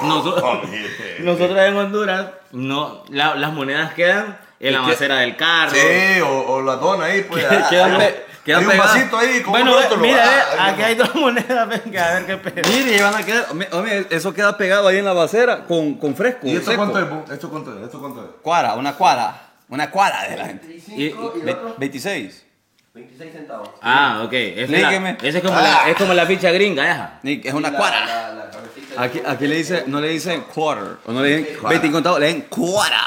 Oh,
nosotros,
Hombre.
nosotros en Honduras, no, la- las monedas quedan en la macera del carro.
Sí, o, o la dona ahí, pues. ah,
queda
hay un-
pe- queda
hay un
pegada.
vasito ahí, como
Bueno,
un
ve,
rótulo,
mira,
ah,
ve,
ahí
aquí hay dos monedas, venga, a ver qué pedo.
Mire, van a quedar. Hombre, hombre, eso queda pegado ahí en la basera con, con fresco.
¿Y esto
seco.
cuánto es? bu? ¿Esto cuánto es? ¿Esto cuánto es?
Cuadra, una cuadra. Una cuadra de la gente.
y el
Ve-
otro
26.
26 centavos.
Ah, ok. Esa es, la,
Lígueme.
esa es como
Ah.
la, es como la ficha gringa, esa.
Nick, Es
La-
una cuadra.
la- la cabecita de-
Aquí, aquí le dice, no le dicen quarter, o no le dicen 20 contado, le dicen cuadra.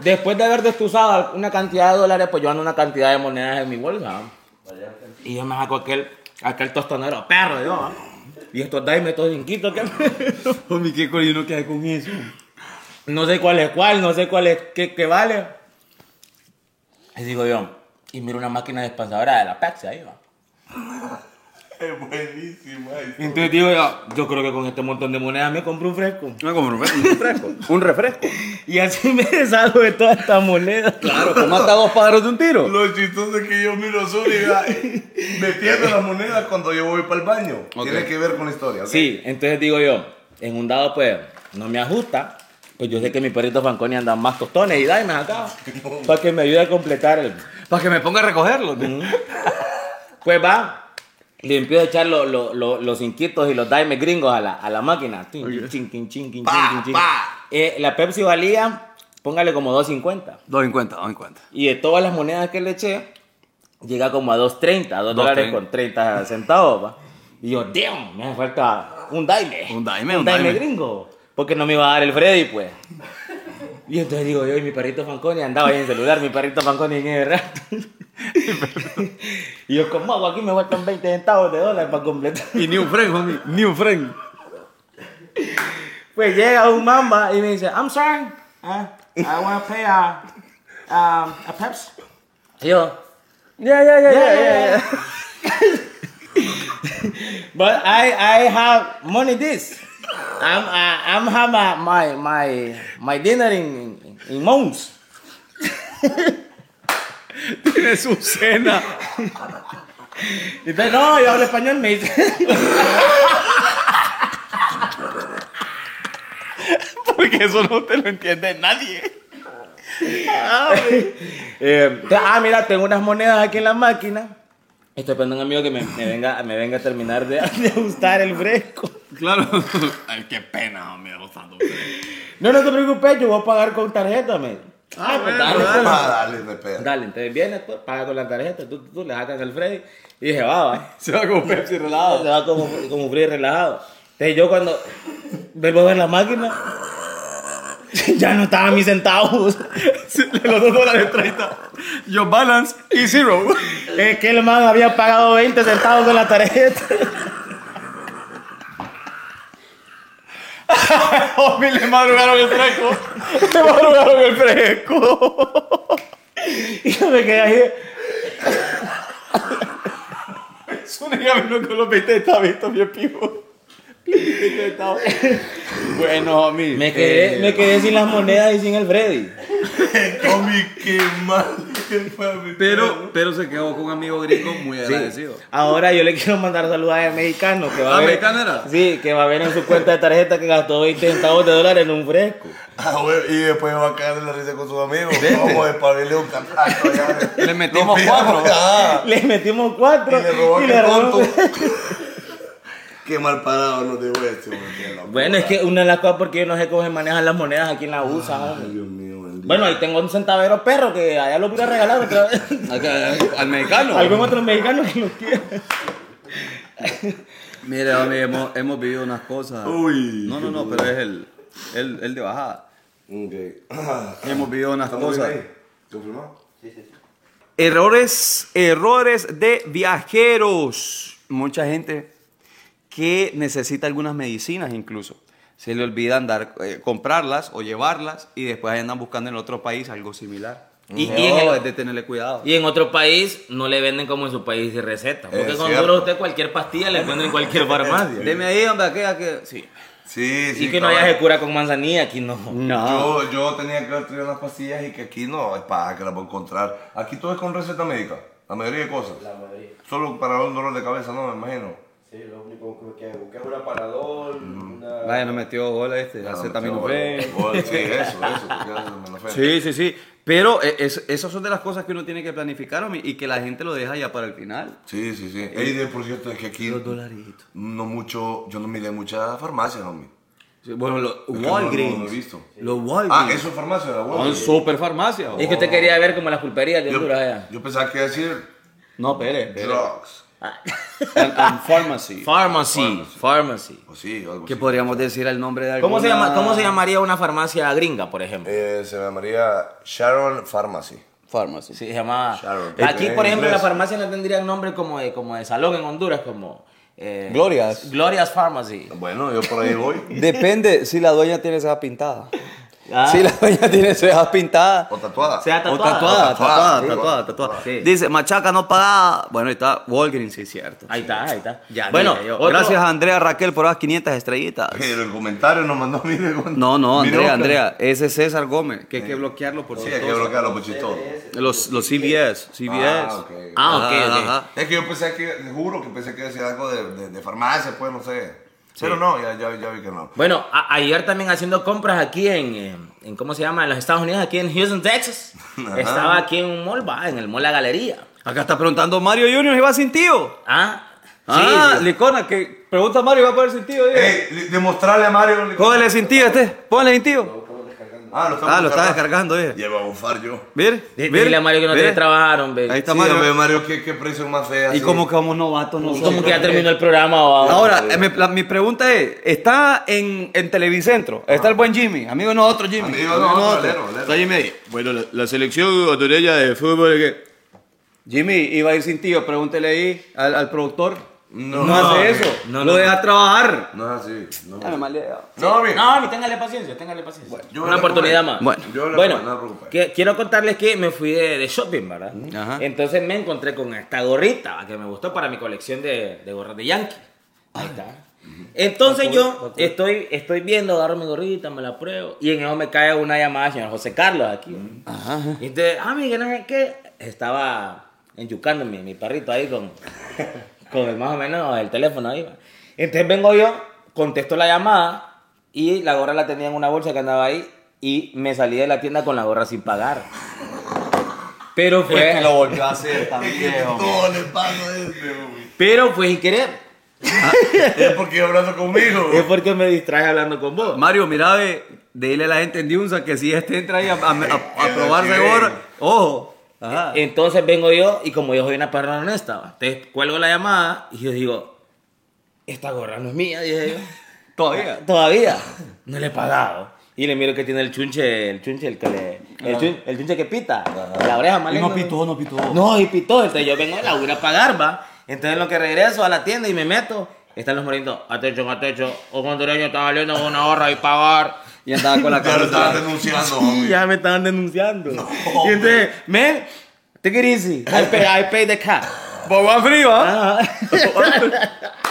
Después de haber destuzado una cantidad de dólares, pues yo ando una cantidad de monedas en mi bolsa. Y yo me saco aquel, aquel tostonero perro, yo. ¿ah? Y estos dime, estos cinquitos que
Homie, qué cool, y uno queda con eso.
No sé cuál es cuál, no sé cuál es qué, qué vale. Y digo yo, y miro una máquina dispensadora de la Pepsi ahí, va.
Es buenísima.
Entonces digo yo, yo creo que con este montón de monedas me compro un fresco.
No, como un refresco. un refresco.
Y así me deshago de todas estas monedas.
Claro, tú matas dos pájaros de un tiro.
Lo chistoso es que yo miro a Zúñiga metiendo las monedas cuando yo voy para el baño.
Ok.
Tiene que ver con la historia. ¿ok?
Sí, entonces digo yo, en un dado pues no me ajusta, pues yo sé que mi perrito Fanconi anda más tostones y daimes acá, para que me ayude a completar el...
Para que me ponga a recogerlo.
Pues va, le empiezo a echar lo- lo- lo- los inquitos y los daimes gringos a la, a la máquina. Tin, chin, chin, chin, chin, chin, chin. Eh, la Pepsi valía, póngale como 2.50.
2.50, 2.50.
Y de todas las monedas que le eché, llega como a 2.30, 2 dólares
2.30.
con 30 centavos. va. Y yo, damn, me hace falta un daime.
Un dime, un
daime
dime.
gringo. Porque no me iba a dar el Freddy, pues. Y entonces digo yo, y mi perrito Fanconi andaba ahí en el celular, mi perrito Fanconi en el rato. y yo, como hago aquí? Me faltan 20 centavos de dólares para completar.
Y ni un friend, homie. Ni un friend.
Pues llega un mamba y me dice, I'm sorry, uh, I want to pay a, um, a Pepsi. Y yo,
Ya, ya, ya,
yeah, yeah, yeah. but I I have money this. I'm uh, I'm have my my my, my dinner in in, in Mons.
Tiene su cena.
Y Entonces, no, yo hablo español, me dice.
Porque eso no te lo entiende nadie.
Eh, ah, mira, tengo unas monedas aquí en la máquina. Estoy esperando a un amigo que me, me venga, me venga a terminar de, de ajustar el fresco.
Claro. Ay, qué pena, homie. Rosado.
No, no te preocupes, yo voy a pagar con tarjeta, me. dice. Ah, pues dale.
Ah, dale, de pedo.
Dale, entonces viene, pues, paga con la tarjeta, tú, tú le sacas el Freddy. Y dije, va, va.
Se va con Pepsi
Se va como, como frío y relajado. Entonces yo cuando vuelvo a ver la máquina, ya no estaban mis centavos.
Los 2 dólares 30. Your balance y zero.
Es que el man había pagado 20 centavos con la tarjeta.
Homie, le madrugaron el fresco.
Me madrugaron el fresco. Y yo me quedé ahí.
Zúñiga vino con los 20 centavos. Esto bien pivo. 20 centavos. Bueno, homie.
Me quedé,
eh,
me quedé sin las monedas y sin el Freddy.
Tommy, qué mal que fue mi
Pero, pero se quedó con un amigo gringo muy agradecido.
Ahora yo le quiero mandar saludos al mexicano que va a
¿Ah,
ver.
mexicano era?
Sí, que va a ver en su cuenta de tarjeta que gastó 20 centavos de dólares en un fresco.
Ah, güey, y después va a caer en la risa con sus amigos. ¿Cómo espabilé un cataco?
Le metimos cuatro. Ah,
Le metimos cuatro
Y le robó
y
aquel
le robó.
tonto. Qué mal parado nos dejó este, güey, qué loco.
Bueno, es que una de las cosas porque yo no sé cómo se manejan las monedas aquí en la USA,
Ah,
Ay,
hombre.
Dios mío, bendito.
Bueno, ahí tengo un centavero perro que allá lo voy a regalar otra vez.
eh, Al mexicano.
Algún otro mexicano que lo quiera.
Mira, homie, hemos, hemos vivido unas cosas.
Uy,
No, no, no, pero es el, el, el de bajada.
Ok.
Hemos vivido unas
¿Estamos bien
cosas.
ahí? ¿Confirmado?
Errores, errores de viajeros. Mucha gente que necesita algunas medicinas incluso. Se le olvida andar, eh, comprarlas o llevarlas y después ahí andan buscando en otro país algo similar. Y, y en el- es de tenerle cuidado.
Y en otro país no le venden como en su país de receta. Porque
Es
con
cierto.
duro usted cualquier pastilla le venden en cualquier farmacia.
Deme ahí, hombre, aquella que... Sí.
Sí, sí.
Y que no haya
cabal.
se cura con manzanilla, aquí no.
Yo, yo tenía que haber traído unas pastillas y que aquí no es paja que las voy a encontrar. Aquí todo es con receta médica, la mayoría de cosas.
La mayoría.
Solo para un dolor de cabeza, no me imagino.
Sí, lo único que me queda buscar es una parador, una.
Vaya, no metió gol este, acetaminofén.
Gol, Sí, eso, eso, porque acetaminofén.
Sí, sí, sí. Pero eh, es- esas son de las cosas que uno tiene que planificar homie, y que la gente lo deja ya para el final.
Sí, sí, sí. Ey, de- por cierto, es que aquí
dolaritos.
no mucho, yo no miré muchas farmacias, homie.
Bueno, los
no, no,
Walgreens.
no lo he visto.
Los Walgreens.
Ah, eso es farmacia, la
Son
Walgreens.
super farmacias.
Es que usted quería ver como las pulperías de
Yo,
Honduras allá.
yo pensaba que iba a decir
No, espere,
Eh.
espere.
drugs.
And- and pharmacy.
Pharmacy. Pharmacy.
O sí, o algo
que
así.
podríamos decir el nombre de alguna...
¿Cómo se, llama, ¿Cómo se llamaría una farmacia gringa, por ejemplo?
Eh, se llamaría Sharon Pharmacy.
Pharmacy.
Sí, se llamaba.
Sharon.
Aquí,
En
por ejemplo,
inglés.
las farmacias no tendrían nombre como de, como de salón en Honduras, como. eh,
Glorias.
Glorias Pharmacy.
Bueno, yo por ahí voy.
Depende si la dueña tiene esa pintada.
Ah.
Sí, la doña tiene sus cejas pintadas.
O tatuada.
Sea
O
tatuada.
O
tatuada,
tatuada,
tatuada,
sí,
tatuada,
bueno.
tatuada.
Sí.
Dice, machaca no pagada. Bueno, ahí está Walgreens, sí, cierto.
Ahí está, ahí está.
Ya,
bueno,
dije yo.
otro-
gracias a Andrea Raquel por las 500 estrellitas.
Pero el comentario nos mandó, mire. con-
No, no,
mire,
Andrea,
Oscar.
Andrea. Ese es César Gómez, que hay que bloquearlo por
Sí, hay
chistoso.
que bloquearlo pues, por chistoso.
Los, los CBS, CBS.
Ah, ok.
Ah, ok,
Ajá,
ok.
ajá.
Es que yo pensé que, juro que pensé que decía algo de, de- de farmacia, pues no sé. Pero no, ya, ya, ya vi que no.
Bueno, a- ayer también haciendo compras aquí en, eh, en, ¿cómo se llama? En los Estados Unidos, aquí en Houston, Texas.
Ajá.
Estaba aquí en un mall, va, en el mall La Galería.
Acá está preguntando Mario Junior y va sin tío.
Ah,
ah,
sí, Eh.
Licona, que pregunta a Mario y va a poner sin tío. diga.
Ey, li- demostrarle a Mario. li-
Cógele sin tío este, ponle sin tío.
Ah, lo
Ah, lo está descargando, eh.
Lleva a bufar yo.
Mire,
Dile
mire,
a Mario que no
mire.
te trabajaron, baby.
Ahí está
Sí,
Mario.
hombre, Mario, qué, qué precio más fea.
Y
sí.
como que vamos novatos, no
Como que ya terminó el programa, va.
Ahora, eh, mi, la- mi pregunta es,
Ah,
está
eh.
en, en Televicentro, está el buen Jimmy, amigo de nosotros Jimmy.
Amigo de nosotros, Valero, Valero.
Está Jimmy ahí. Bueno, la, la selección hondureña de fútbol que... Jimmy, iba a ir sin tío, pregúntele ahí al, al productor. No, hace eso,
no,
lo
no.
deja trabajar.
No es así. No,
Ya me maleado.
no mire.
No, mi, téngale paciencia, téngale paciencia.
yo
Una
la-
oportunidad más.
Bueno.
Yo la-
Bueno,
no te preocupes.
que- quiero contarles que me fui de, de shopping, ¿verdad?
Ajá.
Entonces me encontré con esta gorrita va, que me gustó para mi colección de, de gorras de Yankee. Ahí está. Entonces yo estoy, estoy viendo, agarro mi gorrita, me la pruebo. Y en eso me cae una llamada del señor José Carlos aquí. Y entonces, ah, mira, no sé qué. Estaba enyucando mi, mi perrito ahí con, con el, más o menos el teléfono ahí. va. Entonces vengo yo, contesto la llamada y la gorra la tenía en una bolsa que andaba ahí y me salí de la tienda con la gorra sin pagar. Pero fue,
Pues,
volvió a hacer también,
Todo le pago este, güey.
pero fue sin querer.
Es porque iba hablando conmigo.
Es porque me distraje hablando con vos.
Mario, mira, ve, dile a la gente en Diunza que si este entra ahí a, a- a- a probarse
bien.
ahora, ojo.
Eh,
Ajá.
E-, Entonces vengo yo y como yo soy una perra honesta, va, entonces cuelgo la llamada y yo digo, esta gorra no es mía, dije yo. Ah,
Todavía.
Todavía. No le he pagado. Y le miro que tiene el chunche, el chunche, el que le. El, chun- el chunche que pita. La oreja mal.
no pitó, no pitó.
No, y pitó. Entonces yo vengo, la voy a ir a pagar, va. Entonces en lo que regreso a la tienda y me meto, están los moritos. Atención, atención. Un hondureño está saliendo con una gorra y pagar.
Y andaba con la
Ya lo estaba
cara.
denunciando,
Y
hombre.
ya me estaban denunciando. y entonces, men, take it easy. I pay, I pay the cat.
Boba frío, ¿ah?
Ah.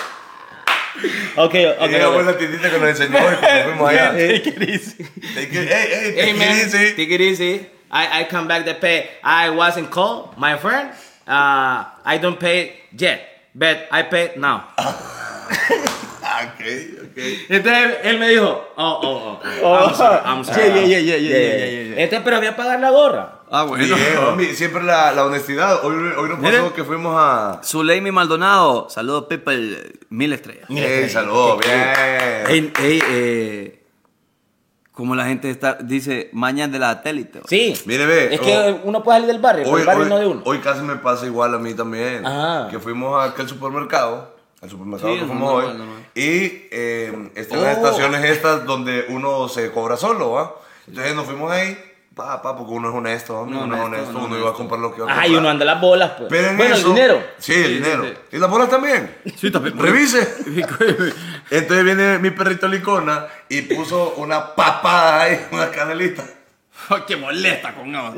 ok,
Y
ok.
llegamos
ok.
a la tiendita que nos enseñó y cuando fuimos allá.
Take it easy.
Ey, ey,
Hey
ey,
man,
dice?
take it easy. I, I come back to pay. I wasn't called, my friend. Uh, I don't pay yet, but I pay now.
Ah, ok, ok.
Entonces él me dijo, oh, oh, oh, I'm sorry, I'm sorry.
Yeah, yeah, yeah, yeah, yeah, yeah, yeah, yeah.
Entonces, pero voy a pagar la gorra.
Ah, bueno.
Bien, homie, siempre la, la honestidad. Hoy, hoy nos pasó
Miren.
que fuimos a.
Zuleimi Maldonado, saludos People, mil estrellas.
Ey, saludos, bien.
Ey, ey, eh, como la gente está, dice, mañana de la satélite. ¿o?
Sí.
Mire, ve,
Es que
oh.
uno puede salir del barrio, pero
Hoy,
el barrio
hoy-
no de uno.
hoy casi me pasa igual a mí también.
Ajá.
Que fuimos a aquel supermercado. Al supermercado
Sí,
que
es
fuimos
normal,
hoy.
normal.
Y eh, están las
Oh.
estaciones estas donde uno se cobra solo, ¿va? Entonces nos fuimos ahí. Pa, pa, porque uno es honesto, hombre,
No,
uno es
honesto,
honesto,
no,
uno iba a comprar lo que iba a comprar.
Ajá, y uno anda las bolas, pues.
Pero en
bueno,
eso-
el dinero.
Sí, el dinero. ¿Y las bolas también? Sí, también. Revise. Entonces viene mi perrito Licona y puso una papada ahí, una canelita.
¡Qué molesta con
Ah,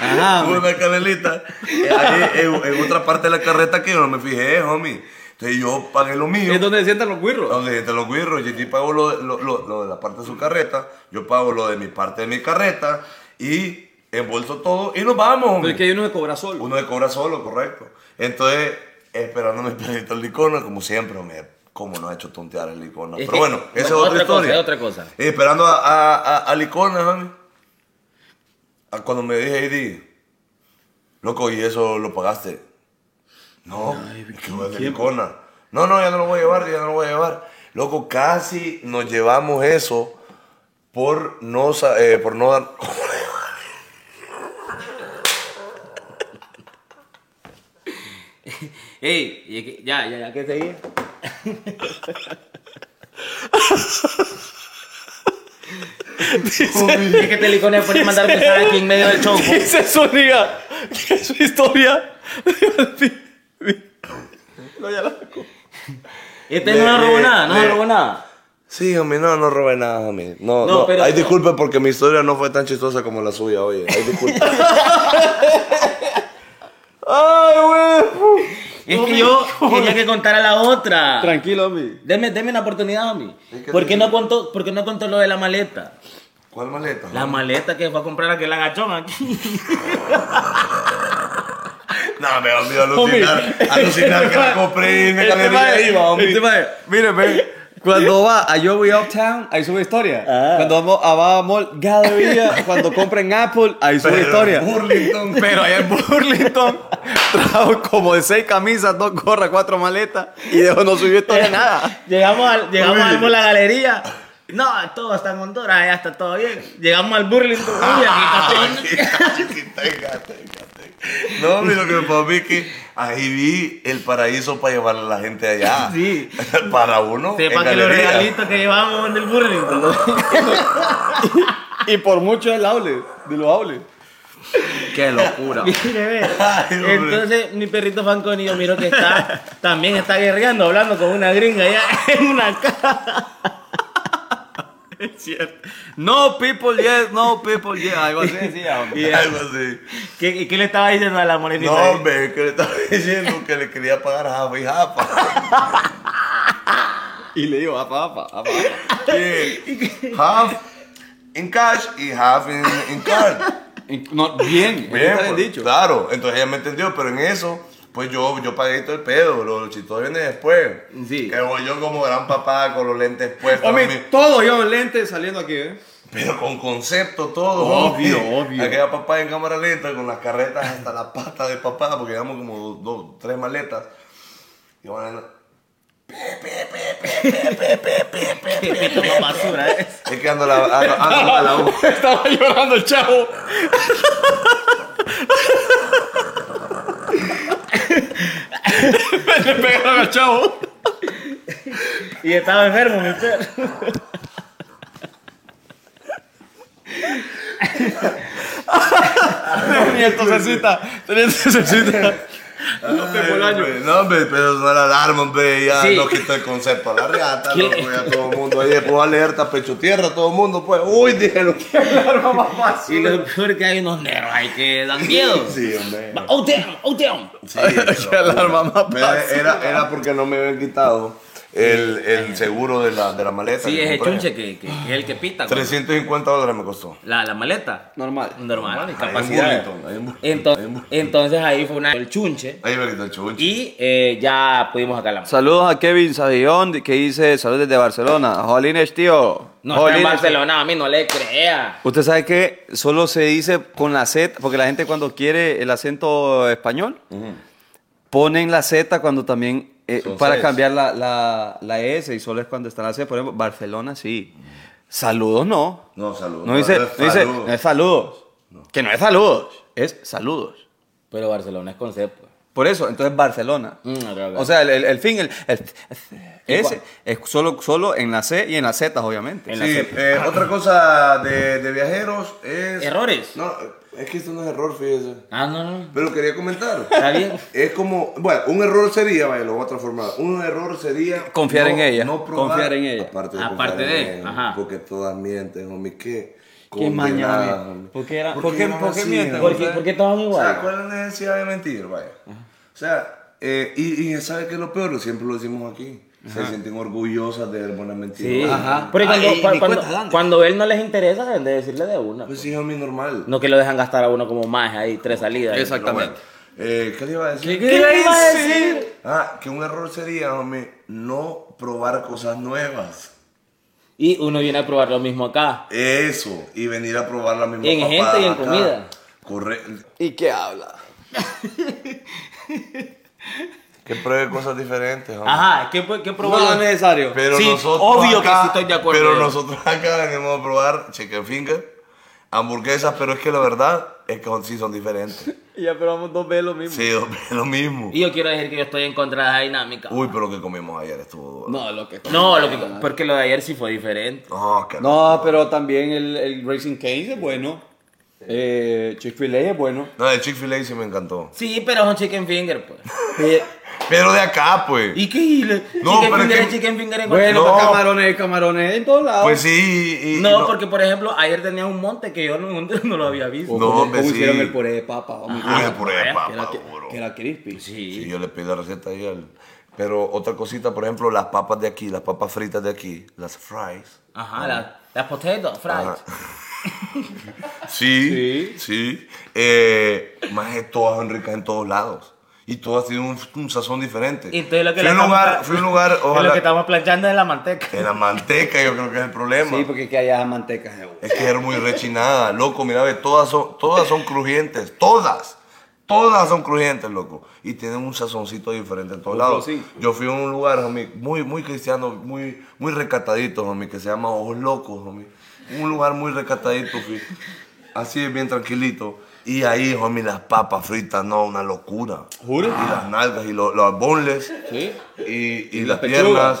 Ajá, hombre.
una canelita. eh, ahí en, en otra parte de la carreta que yo no me fijé, homie. Entonces yo pagué lo mío.
es donde se sientan los guirros.
Donde te lo guirro, JT pagó lo, lo- lo- lo de la parte de su carreta, yo pago lo de mi parte de mi carreta y envuelto todo y nos vamos. homie.
Porque que hay uno que cobra solo.
Uno le cobra solo, correcto. Entonces, esperando mi perrito el licona, como siempre, me, como no ha hecho tontear el licona.
Es
Pero
que-
bueno, esa es
otra
otra,
cosa,
historia.
es otra cosa.
Y esperando a, a, a, a licona, mami. A cuando me dije, Eddie, loco, ¿y eso lo pagaste? No, es que no es de licona. No, no, ya no lo voy a llevar, ya no lo voy a llevar. Loco, casi nos llevamos eso por no, sa- eh, por no dar.
Ey, y es que- ya, ya, ya, ¿qué seguía? es que este te licone por mandar mensajes aquí en medio del show.
Dice Zúñiga que su historia.
Este no nos robó nada, no nos robó nada.
Sí, homie, no, no robé nada, homie. No, no,
No, pero-
Ay, disculpe porque mi historia no fue tan chistosa como la suya, oye. Ay, disculpe.
Es que yo quería que contara la otra.
Tranquilo, homie.
Deme, deme una oportunidad, homie.
Es que
¿Por qué,
sí.
no contó, ¿Por qué no contó lo de la maleta?
¿Cuál maleta?
La maleta que fue a comprar aquel agachón aquí.
No, me olvidó alucinar. Alucinar que la compré y me
El
cambié
tema
de
es,
IVA, homie.
el tema es, mire, ve, cuando va a Yo Voy Uptown, ahí sube historia.
Ah.
Cuando vamos a Baba Mall Galleria, cuando compren Apple, ahí sube
Pero
historia.
Burlington.
Pero allá en Burlington trajo como de seis camisas, dos gorras, cuatro maletas y dejó no subió historia nada.
Eh, Llegamos al, llegamos al mall, la galería. No, todo está en Honduras, allá está todo bien. Llegamos al Burlington. uy, aquí está todo-
No, mira lo que me pasó es que ahí vi el paraíso para llevar a la gente allá.
Sí.
Para uno.
Sepa
en
que los
galería.
regalitos que llevamos en el Burlington.
Y por mucho el hable, de lo hable.
Qué locura.
Mire, ve.
Ay, hombre.
Entonces, mi perrito Fanconi, yo miro que está, también está guerreando, hablando con una gringa allá en una casa.
No people yes, no people yes. Algo así decía, hombre.
Y, eh,
Algo así.
¿Qué, y qué le estaba diciendo a la morenita?
No, hombre, que le estaba diciendo que le quería pagar a Java y Japa.
Y le digo, apa, apa, apa.
Que half in cash y half in, in card.
No, bien,
Bien,
está bien
pues,
dicho.
claro. Entonces ella me entendió, pero en eso, pues yo, yo pagué todo el pedo. Lo, lo chistoso viene después.
Sí.
Que voy yo como gran papá con los lentes puestos.
Homie,
homie.
todo yo en lente saliendo aquí, ¿eh?
Pero con concepto todo.
Obvio,
homie.
obvio.
Aquella papá en cámara lenta con las carretas hasta la pata de papá, porque llevamos como dos, dos, tres maletas. Y van a-
Pepito más basura, eh.
Es que ando a la, ando- ando a la U.
Estaba llorando el chavo. Le pegaron al chavo.
Y estaba enfermo, mi perro.
Tenía tosecita. Tenía tosecita.
Ah,
Ay, hombre, No, hombre, pero no era alarma, hombre. Ya
Sí.
nos quitó el concepto a la reata,
¿Qué?
loco, ya todo el mundo. Ahí después alerta, pecho tierra, todo el mundo, pues. Uy, dije lo que alarma más
Y
fácil.
lo peor que hay unos negros ahí que dan miedo.
Sí, hombre.
Va, Oh, damn, oh, damn.
Sí, pero-
Qué alarma más
Mira, era, era porque no me habían quitado el, el seguro de la, de la maleta.
Sí,
que
es el
compré.
chunche que, que- que es el que pita. güey.
350 dólares me costó.
La, la maleta.
Normal.
Normal,
Ahí
capacidad.
en Burlington, ahí en Burlington.
Entonces, entonces ahí fue una, el chunche.
Ahí me quitó el chunche.
Y eh, ya pudimos sacar la
Saludos a Kevin Savillón que dice saludos desde Barcelona. Jolines, tío.
No, está en
Jolines.
Barcelona, a mí no le crea.
Usted sabe que solo se dice con la Z, porque la gente cuando quiere el acento español, ponen la Z cuando también, eh,
Son
para
seis.
cambiar la, la- la S, y solo es cuando está la C. Por ejemplo, Barcelona sí. Saludos no.
No, saludos.
No dice,
es
no dice,
saludos.
no es saludos. Que no es saludos, es saludos.
Pero Barcelona es concepto.
Por eso, entonces Barcelona.
Mm, ok, ok.
O sea, el, el- el fin, el, el- ese
cuál?
es solo, solo en la C y en la Z, obviamente.
En la
Sí,
cepa.
eh, otra cosa de, de viajeros es.
Errores.
No, es que esto no es error, fíjese.
Ah, no, no.
Pero quería comentar.
Está bien.
Es como, bueno, un error sería, vaya, lo voy a transformar. Un error sería.
Confiar
no-
en ella,
No probar,
confiar en ella.
Aparte de.
Aparte
confiar en
de,
ella,
ajá.
Porque todas mienten, homie. ¿Qué?
Qué mañana,
Condenadas,
homie.
homie.
¿Por qué era-
por qué-
iban
por qué
así,
mienten?
homie?
¿Por qué, por qué todos
O sea,
igual?
¿cuál es la necesidad de mentir, vaya? O sea, eh, y, y ¿sabe qué es lo peor? Siempre lo decimos aquí. Se sienten orgullosas de buenas mentiras.
Sí.
Ajá.
Porque
Ah,
cuando,
y- y
cua-
ni
cuando,
cuenta dan.
cuando él no les interesa, deben de decirle de una.
Pues sí, homie, normal.
No que lo dejan gastar a uno como más ahí, tres salidas.
Pero bueno, eh, ¿Qué le iba a decir?
¿Qué le iba a decir?
Ah, que un error sería, homie, no probar cosas nuevas.
Y uno viene a probar lo mismo acá.
Eso, y venir a probar la misma
En
papada
gente y en
acá.
comida.
Correcto.
¿Y qué habla?
Que pruebe cosas diferentes, homie.
Ajá, ¿qué, qué probó?
No es necesario.
Pero
Sí,
nosotros
obvio que
acá-
sí estoy de acuerdo.
Pero nosotros acá venimos a probar chicken finger, hamburguesas, pero es que la verdad es que son- sí son diferentes.
Y ya probamos dos veces lo mismo.
Sí, hombre, es lo mismo.
Y yo quiero decir que yo estoy en contra de la dinámica.
Uy, pero lo que comimos ayer estuvo...
No, lo que
No, lo que- porque lo de ayer sí fue diferente.
No, que
No, pero también el, el Racing Cane es bueno.
Eh, Chick-fil-A es bueno.
No, de Chick-fil-A sí me encantó.
Sí, pero es un chicken finger, pues.
Eh,
Pero de acá, pues.
¿Y qué? Y le-
No,
chicken
pero es
finger
que-
es chicken finger en
bueno,
No.
camarones, camarones en todos lados.
Pues sí. y- y-
No,
y
porque por ejemplo, ayer tenía un monte que yo no, no lo había visto.
O
No,
como-
Pues
hombre,
como
sí.
hicieron el puré de papa. hombre.
Uy, de puré de
vaya,
papa,
que, era, que-
duro.
que era crispy.
Sí, yo le pedí la receta ahí al... Pero otra cosita, por ejemplo, las papas de aquí, las papas fritas de aquí, las fries.
Ajá, la- las potatoes, fries.
Ajá. Sí, sí. Eh, más que todas son ricas en todos lados. Y todas tienen un, un sazón diferente.
Y entonces lo que
fui a un
le estamos-
lugar, fui a un lugar,
Es lo que
ojalá...
estamos planchando es la manteca.
En la manteca yo creo que es el problema.
Sí, porque que allá manteca.
Es que era muy rechinada, loco, mira, ve, todas son, todas son crujientes, todas, todas son crujientes, loco. Y tienen un sazoncito diferente en todos lados. Yo fui a un lugar, homie, muy, muy cristiano, muy, muy recatadito, homie, que se llama Ojos Locos, homie. Un lugar muy recatadito, fui. Así, bien tranquilito. Y ahí, homie, las papas fritas, no, una locura.
¿Juro?
Y las nalgas, y los, los boneless,
Sí.
y, y las
pechugas,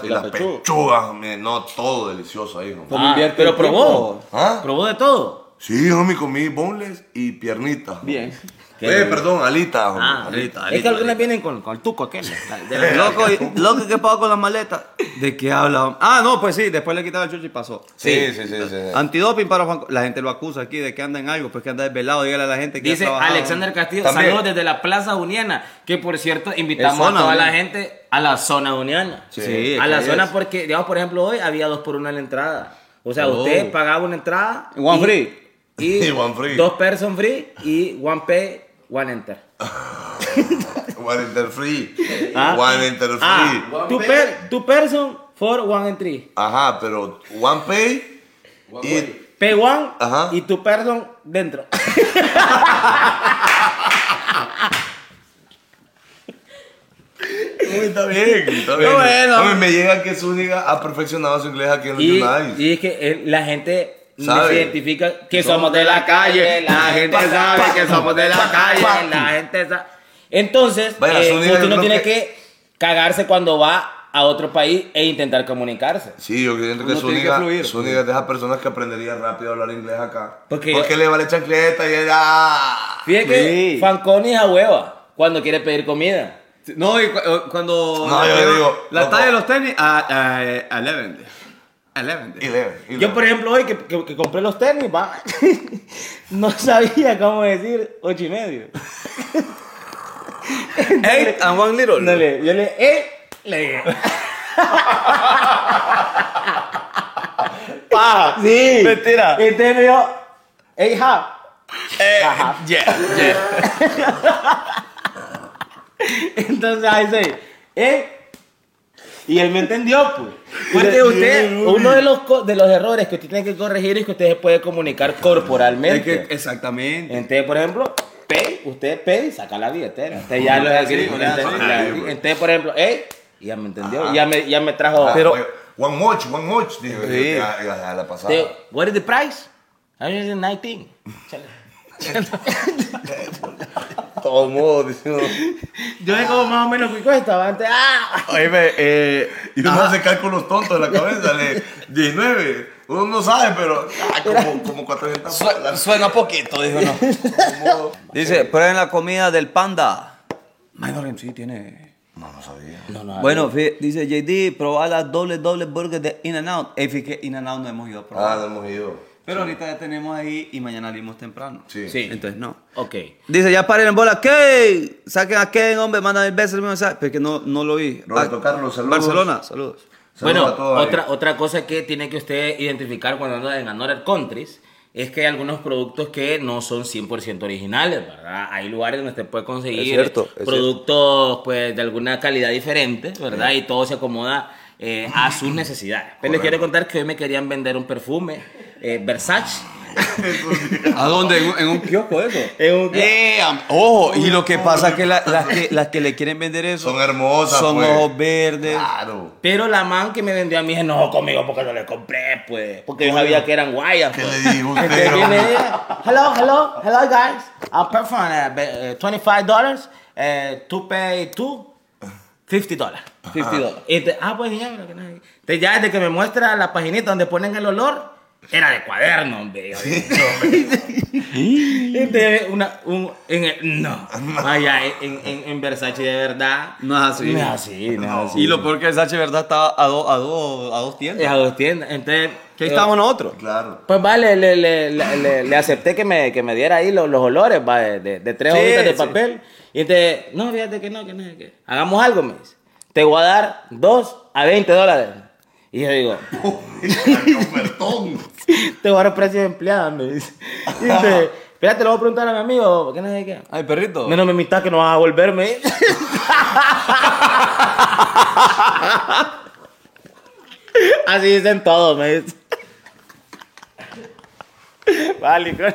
piernas, y
las
las
pechugas.
pechugas, homie, no, todo delicioso ahí, homie.
Como
Ah,
invierte
pero
el tiempo.
probó.
¿Ah?
Probó de todo.
Sí, homie, comí boneless y piernitas.
Bien.
Eh, perdón, alitas, homie.
Ah,
alitas,
es que
alitas.
algunas vienen con, con el tuco aquel. la- de la-
Loco, y- loco, ¿qué pasó con la maleta? ¿De qué habla? Ah, no, pues sí, después le quitaba el chucho y pasó.
Sí, sí, sí, sí. sí.
Antidoping para Juan. La gente lo acusa aquí de que anda en algo, pues que anda desvelado. Dígale a la gente que ha
Dice
trabajado.
Alexander Castillo,
También.
saludos desde la Plaza Uniana, que por cierto invitamos
Es zona
a toda la
uniana.
gente a la zona uniana.
Sí, Sí,
a
que
la
es.
zona porque, digamos, por ejemplo, hoy había dos por una en la entrada. O sea,
Oh.
usted pagaba una entrada.
Y one
y-
free.
Y,
Y one free.
Dos person free y one pay, one enter.
One enter free.
Ah.
One enter free.
Ah, two, per- two person for one entry.
Ajá, pero one pay y
Pay one
Ajá.
y two person dentro.
está bien, está bien.
bueno.
Hombre, me llega que Zúñiga ha perfeccionado su inglés aquí en los
Y,
United.
y es que eh, la gente
Sabe.
se identifica que somos de la calle, la gente
pa,
sabe
pa,
que somos de la
pa,
calle,
pa.
la gente sabe. Entonces,
Vaya,
eh,
son ideas, yo
uno
creo
tiene
que-
que cagarse cuando va a otro país e intentar comunicarse.
Sí, yo siento que
Uno tiene que
Zúñiga,
fluir.
Zúñiga es de esas personas que aprendería rápido a hablar inglés acá.
Porque-
Porque le vale chancleta y ella...
Fíjate que
Sí.
Fanconi es a hueva cuando quiere pedir comida.
No, y cu- eh, cuando.
No, yo
la-
le digo,
La
loco.
talla de los tenis a, a, a 11. A 11.
Y le... y le-
Yo, por ejemplo, hoy que, que- que compré los tenis, va, no sabía cómo decir ocho y medio.
Eight and one little.
No le- yo le, eh, le dije. Pa, sí.
mentira. Eh,
Y entonces me dijo, hey, ja.
Yeah, yeah.
Entonces ahí se, eh. Y él me entendió, pues. Porque usted, uno de los, co- de los errores que usted tiene que corregir es que usted se puede comunicar
Es
corporalmente.
que- exactamente.
Entonces, por ejemplo, pay, usted pay, saca la billetera. Entonces ya lo entonces, la- entonces, por ejemplo, hey, ya me entendió, ya me, ya me trajo.
Ah, oye, One watch, one watch, dije. yo, ya- ya- ya la pasada.
Te- what is the price? I mean, 19.
Todo modo, diciendo...
Yo sé como más o menos que cuesta, ¿va? Antes, ¡ah!
Oíme, eh,
Y uno hace cálculos tontos en la cabeza, le 19. Uno no sabe, pero ah, como, como 400 dólares.
suena poquito, dijo no. Dice, prueben la comida del panda. Minor sí tiene.
No, no sabía.
Bueno, fi- dice JD, probá las doble doble burger de In and Out. Es que In and Out no hemos ido a
Ah,
probar.
no hemos ido.
Pero ahorita ya tenemos ahí y mañana salimos temprano.
Sí.
Sí.
Entonces no.
Ok.
Dice, ya paren en bola, ¿qué? Saquen a Kevin, hombre, manda mil veces el mismo mensaje. Porque no, no lo vi.
Roberto
Ba-
Carlos, saludos.
Barcelona, saludos.
Saludos
bueno,
a todos eh. ahí.
otra, otra cosa que tiene que usted identificar cuando anda en Another Countries es que hay algunos productos que no son 100% originales, ¿verdad? Hay lugares donde usted puede conseguir
Es cierto, es
productos pues de alguna calidad diferente, ¿verdad? Y todo se acomoda eh, a sus necesidades. Pero les quiero contar que hoy me querían vender un perfume eh, Versace.
¿A dónde? ¿En un- en un kiosco eso?
Es un-
Eh, am- ojo, y lo que pasa es que, la- las que las que le quieren vender eso
Son hermosas,
son
pues.
ojos verdes.
Claro.
Pero la man que me vendió a mí se enojó conmigo porque no le compré, pues. Porque yo sabía que eran guayas.
¿Qué
pues.
le digo a usted?
Entonces viene ella, hello, hello, hello guys. I'm performing uh, be- uh, $25. eh, to pay two, $50. "Ah, $50. Y te- ah, pues ya, bueno, que no hay- Entonces ya desde que me muestra la paginita donde ponen el olor,
Era de cuaderno, hombre. Yo dije, "No, hombre". De una, un, en el- no. Vaya, en, en, en Versace de verdad.
No es así.
No es así, no es así.
Y lo peor que el Sache, ¿verdad? Estaba a, dos a, dos a dos
Es
tiendas.
a dos tiendas. Entonces,
Que ahí estábamos nosotros.
Claro.
Pues vale, le, le, le, le- le acepté que me, que me diera ahí los, los olores, va, de, de- de tres
Sí,
hojitas de
sí.
papel. Y entonces, no, fíjate que no, que no, que hagamos algo, me dice. Te voy a dar dos a 20 dólares. Y yo digo,
Ofertón.
te voy a dar precio de empleada, me dice. Y dice, espérate, le voy a preguntar a mi amigo, que no sé qué.
Ay, perrito.
Menos me mitad que no vas a volverme. Así dicen todos, me dice. Vale, con...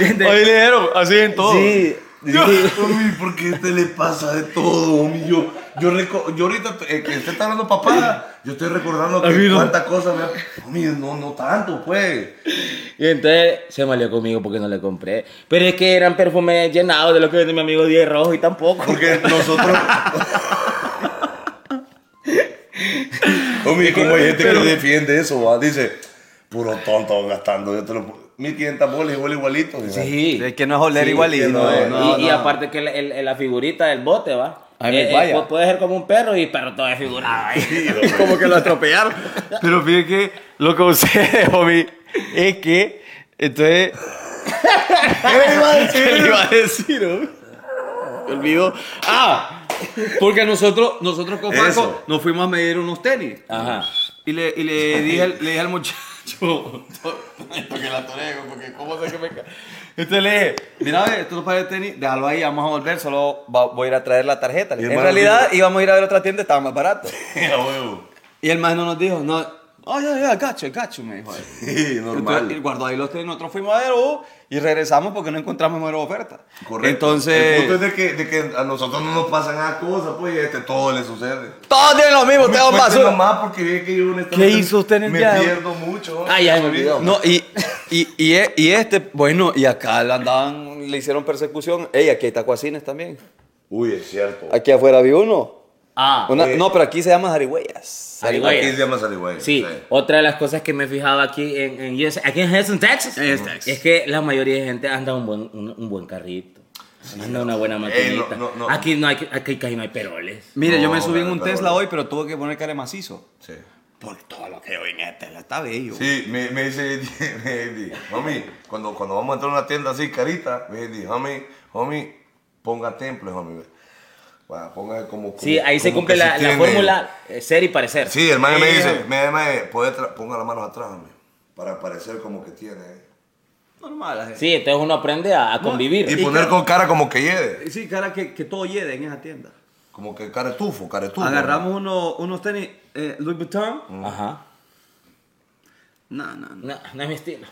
Ahí le dieron, así en todo.
Sí, sí.
Tommy, ¿por qué te le pasa de todo, homie? Yo, yo, reco- yo ahorita, eh, que usted está hablando papá, yo estoy recordando que cuántas cosas me... Homie, no, no tanto, pues.
Y entonces se malió conmigo porque no le compré. Pero es que eran perfumes llenados de lo que vende mi amigo Diez Rojo y tampoco.
Porque nosotros... Homie, como hay gente que defiende eso, va? Dice, puro tonto gastando. Yo te lo... 1500 bolas igual igualito. dice.
Sí.
Es que no es oler
Sí,
igualito.
que no
no,
es.
no,
y, y aparte que el- el- el- la figurita del bote, va.
Ay, me
Eh, eh,
vaya.
pu- puede ser como un perro y perro todo desfigurado ahí.
Como que lo atropellaron. Pero fíjate que lo que usted, homie, es que. Entonces. ¿Qué le iba a decir? homie? Me olvidó. Ah,
Porque nosotros, nosotros con
Eso.
Paco nos fuimos a medir unos tenis.
Ajá.
Y le, y le dije, al- le dije al muchacho. Entonces le dije, mira, a ver, estos pares de tenis, déjalo ahí, vamos a volver, solo va- voy a ir a traer la tarjeta.
Y el
en
man
realidad
dijo-
íbamos a ir a ver otra tienda, estaba más barato.
A huevo.
Y el man no nos dijo, no, oh, ya, ya, gacho, gacho, me dijo. él.
Sí,
Entonces, y
normal.
guardó ahí los tenis, nosotros fuimos a ver, oh, y regresamos porque no encontramos mejor oferta.
Correcto.
Entonces,
El punto es Pues de que, de que a nosotros no nos pasan nada cosas, pues, y a este todo le sucede.
todos tienen lo mismo, tengo
Cuéntenos
basura.
más porque ve que yo honestamente
¿Qué hizo usted en el
Me
viaje?
pierdo mucho.
Ah, ya se me olvidó.
No, y, y, y, e- y este, bueno, y acá le andaban, le hicieron persecución. Ey, aquí hay tacuacines también.
Uy, es cierto.
Aquí afuera vi uno.
Ah,
Una-
eh.
no, pero aquí se llama zarigüeyas.
Zarigüeyas.
Aquí se llama Sarigüey.
Sí, otra de las cosas que me he fijado aquí en, en USA, aquí en Houston, Texas, es que la mayoría de gente anda un buen, un, un buen carrito, anda una buena
Ey, no,
maquinita.
no, no.
Aquí no hay, aquí casi no hay peroles.
Mire, yo me
No,
subí en
no,
un
no,
Tesla
no.
hoy, pero tuve que poner cara de macizo.
Sí.
Por todo lo que hoy en el Tesla, está bello.
Sí, me, me dice, me dice, mami, cuando, cuando vamos a entrar a una tienda así, carita, me dice, homie, homie, ponga temple, homie. Bueno, ponga como, como-
Sí, ahí se
como
cumple
que
la,
sí
la
tiene-
fórmula eh, ser y parecer.
Sí, el man me
Eh.
dice, me, me, puede tra- ponga las manos atrás, homie, para parecer como que tiene. eh.
Normal, así.
Sí, entonces uno aprende a, a convivir.
Y poner con cara como que lleve,
Sí, cara, que, que todo lleve en esa tienda.
como que cara estufo, cara estufo.
Agarramos uno- unos tenis eh, Louis Vuitton.
Ajá.
No, no, no.
No, no es mi estilo.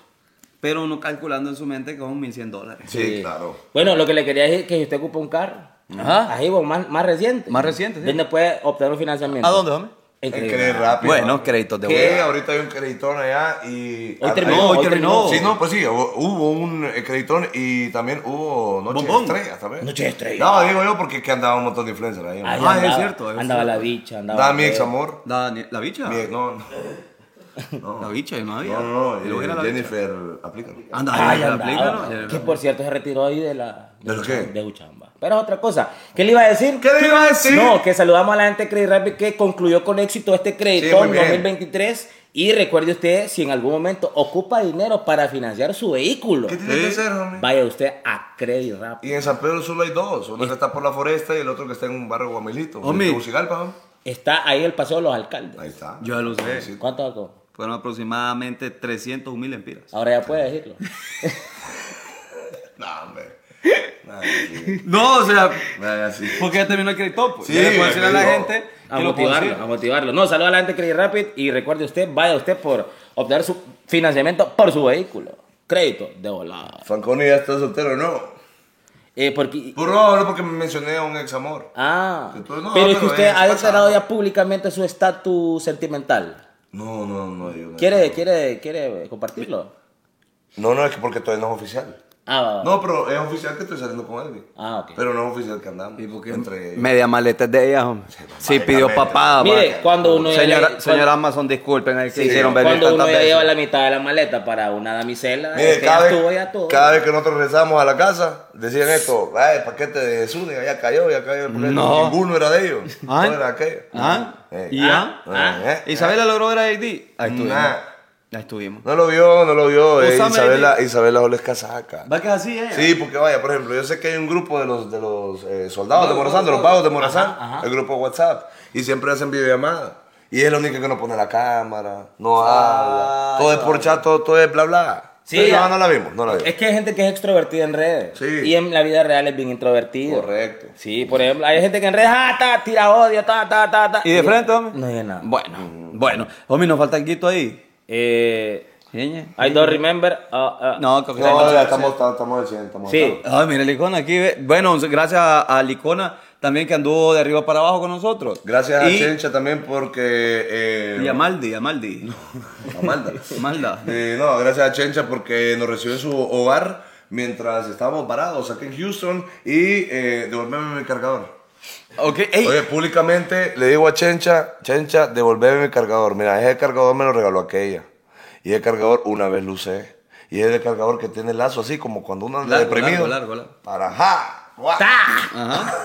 Pero uno calculando en su mente que son 1100 dólares.
Sí, claro.
Bueno, lo que le quería decir es que si usted ocupa un carro,
Ajá.
ahí vos, más, más reciente.
Más reciente, sí.
Donde puede obtener un financiamiento.
¿A dónde, homie?
En
Hay que
Credicorp.
leer rápido.
Bueno,
¿no?
créditos de
Que
huevo.
ahorita hay un creditón allá y.
Hoy
Ah,
terminó,
hay-
hoy terminó.
Sí, no, pues sí, hubo hubo un eh, creditón y también hubo Noche
Bombón.
de Estrellas también.
Noche de Estrellas.
No, digo yo porque es que andaba un montón de influencers ahí.
Ahí
Ah, es
andaba,
cierto, es
andaba la
cierto.
bicha, andaba.
Daba mi ex
Fred.
amor.
La, la bicha.
Mi ex, no, no.
La bicha, no había.
No, no,
Y luego era
no.
la
eh,
bicha.
Jennifer, aplícalo.
Anda,
Ay,
la
andaba.
Play, ¿no?
Que por cierto se retiró ahí de la.
¿De lo qué?
De Uchamba. Pero es otra cosa. ¿Qué le iba a decir?
¿Qué le iba a decir?
No, que saludamos a la gente de Credit Rapid que concluyó con éxito este crédito
Sí, muy bien.
2023. Y recuerde usted, si en algún momento ocupa dinero para financiar su vehículo,
¿Qué tiene que hacer, homie?
vaya usted a Credit Rapid.
Y en San Pedro solo hay dos. Uno que está por la foresta y el otro que está en un barrio guamilito.
Homie.
En Tegucigalpa, homie.
Está ahí el paseo de los alcaldes.
Ahí está.
Yo ya lo sé.
Sí.
¿Cuánto hago?
Fueron aproximadamente 300 mil empiras.
Ahora ya puede decirlo.
No, hombre.
No, o sea,
Nada así.
porque ya terminó el crédito. Pues.
Sí,
ya le puedo decir a la
digo,
gente
A
que lo puedo
motivarlo,
hacer.
a motivarlo. No, saluda a la gente de Credit Rapid y recuerde usted, vaya usted por obtener su financiamiento por su vehículo. Crédito de volada.
Fanconi ya está soltero, ¿no?
Eh, porque,
Por no, hablo porque me mencioné a un ex amor.
ah,
Entonces, no,
pero es que
pero
usted
es
ha declarado
pasado.
ya públicamente su estatus sentimental.
No, no, no. yo no-
¿Quiere, quiere, quiere compartirlo?
No, no, es que porque todavía no es oficial.
Ah, va, va.
No, pero es oficial que estoy saliendo con alguien.
Ah, ok.
Pero no es oficial que andamos. ¿Y por qué? Entre
Media maleta es de ella, hombre. Sí, pidió papada.
Mire,
va.
cuando uno ya
Señora,
le-
señora
cuando-
Amazon, disculpen, ahí se
Sí,
hicieron venir
Cuando uno
tantas
ya
veces.
lleva la mitad de la maleta para una damisela, es
Mire,
que
cada,
ya estuvo, ya
vez,
todo.
cada vez que nosotros regresamos a la casa, decían esto, "Ay, el paquete de Jesús, diga, ya cayó, ya cayó el paquete.
No.
Ninguno era de ellos.
Ah.
Todo era aquello.
¿Ah?
Eh,
¿Y ya?
eh, eh,
¿Isabela logró ver a ID?
Ah.
Ahí estuvimos.
nah.
Ahí estuvimos.
No lo vio, no lo vio. eh,
Úsame,
Isabela, Isabela Oles Casaca.
¿Va que es así eh. ella?
Sí, porque vaya, por ejemplo, yo sé que hay un grupo de los, de los eh, soldados de Morazán, de los pagos de Morazán, el grupo de WhatsApp, y siempre hacen videollamadas. Y es la única que no pone la cámara, no habla, todo es por chat, todo, todo es bla bla.
Sí,
Pero
ya.
no, no la vimos, no la vimos.
Es que hay gente que es extrovertida en redes.
Sí.
Y en la vida real es bien introvertida.
Correcto.
Sí, por ejemplo, hay gente que en redes, ah, ta, tira odio, ta, ta, ta, ta.
¿Y de frente, hombre?
No hay nada.
Bueno, bueno. Homie, nos falta el guito ahí.
Eh,
Ñeñe.
I don't remember. ah, ah.
No, capitán.
No,
no.
ya estamos, estamos, estamos al 100, estamos al
Sí.
100.
Ay, mira, Licona aquí. ve. Bueno, gracias a, a Licona también que anduvo de arriba para abajo con nosotros.
Gracias a
Y-
Chencha también porque... eh,
Y a Maldi, a Maldi.
Amanda.
Malda.
Eh, no, gracias a Chencha porque nos recibió en su hogar mientras estábamos parados aquí en Houston y eh, devolveme mi cargador.
Ok, ey.
Oye, públicamente le digo a Chencha, Chencha, devolveme mi cargador. Mira, ese cargador me lo regaló aquella. Y ese cargador una vez lo usé. Y es el cargador que tiene el lazo así, como cuando uno anda
Largo,
deprimido.
largo, largo, largo.
Para ja, guá.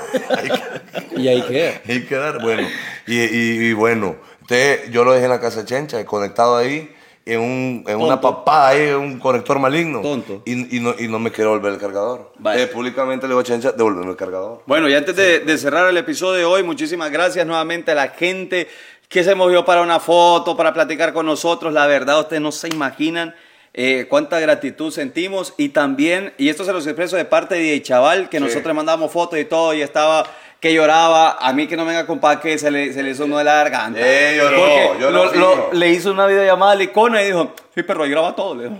¿Y ahí qué?
Y quedar, bueno. Y, y- y bueno, entonces yo lo dejé en la casa de Chencha, conectado ahí, en, un, en una papada ahí, en un conector maligno.
Tonto.
Y, y no, y no me quiero volver el cargador.
Vale.
Eh, públicamente le digo a Chencha, devolveme el cargador.
Bueno, y antes de, de cerrar el episodio de hoy, muchísimas gracias nuevamente a la gente que se movió para una foto, para platicar con nosotros. La verdad, ustedes no se imaginan eh, cuánta gratitud sentimos. Y también, y esto se los expreso de parte de Chaval, que nosotros mandamos fotos y todo, y estaba que lloraba, a mí que no me venga con pa' que se le, se le hizo uno de la garganta.
Eh, lloró,
Porque
lloró,
lo-
sí,
lo-
lloró.
le hizo una videollamada al icono y dijo, sí, perro, yo graba todo. Le dijo.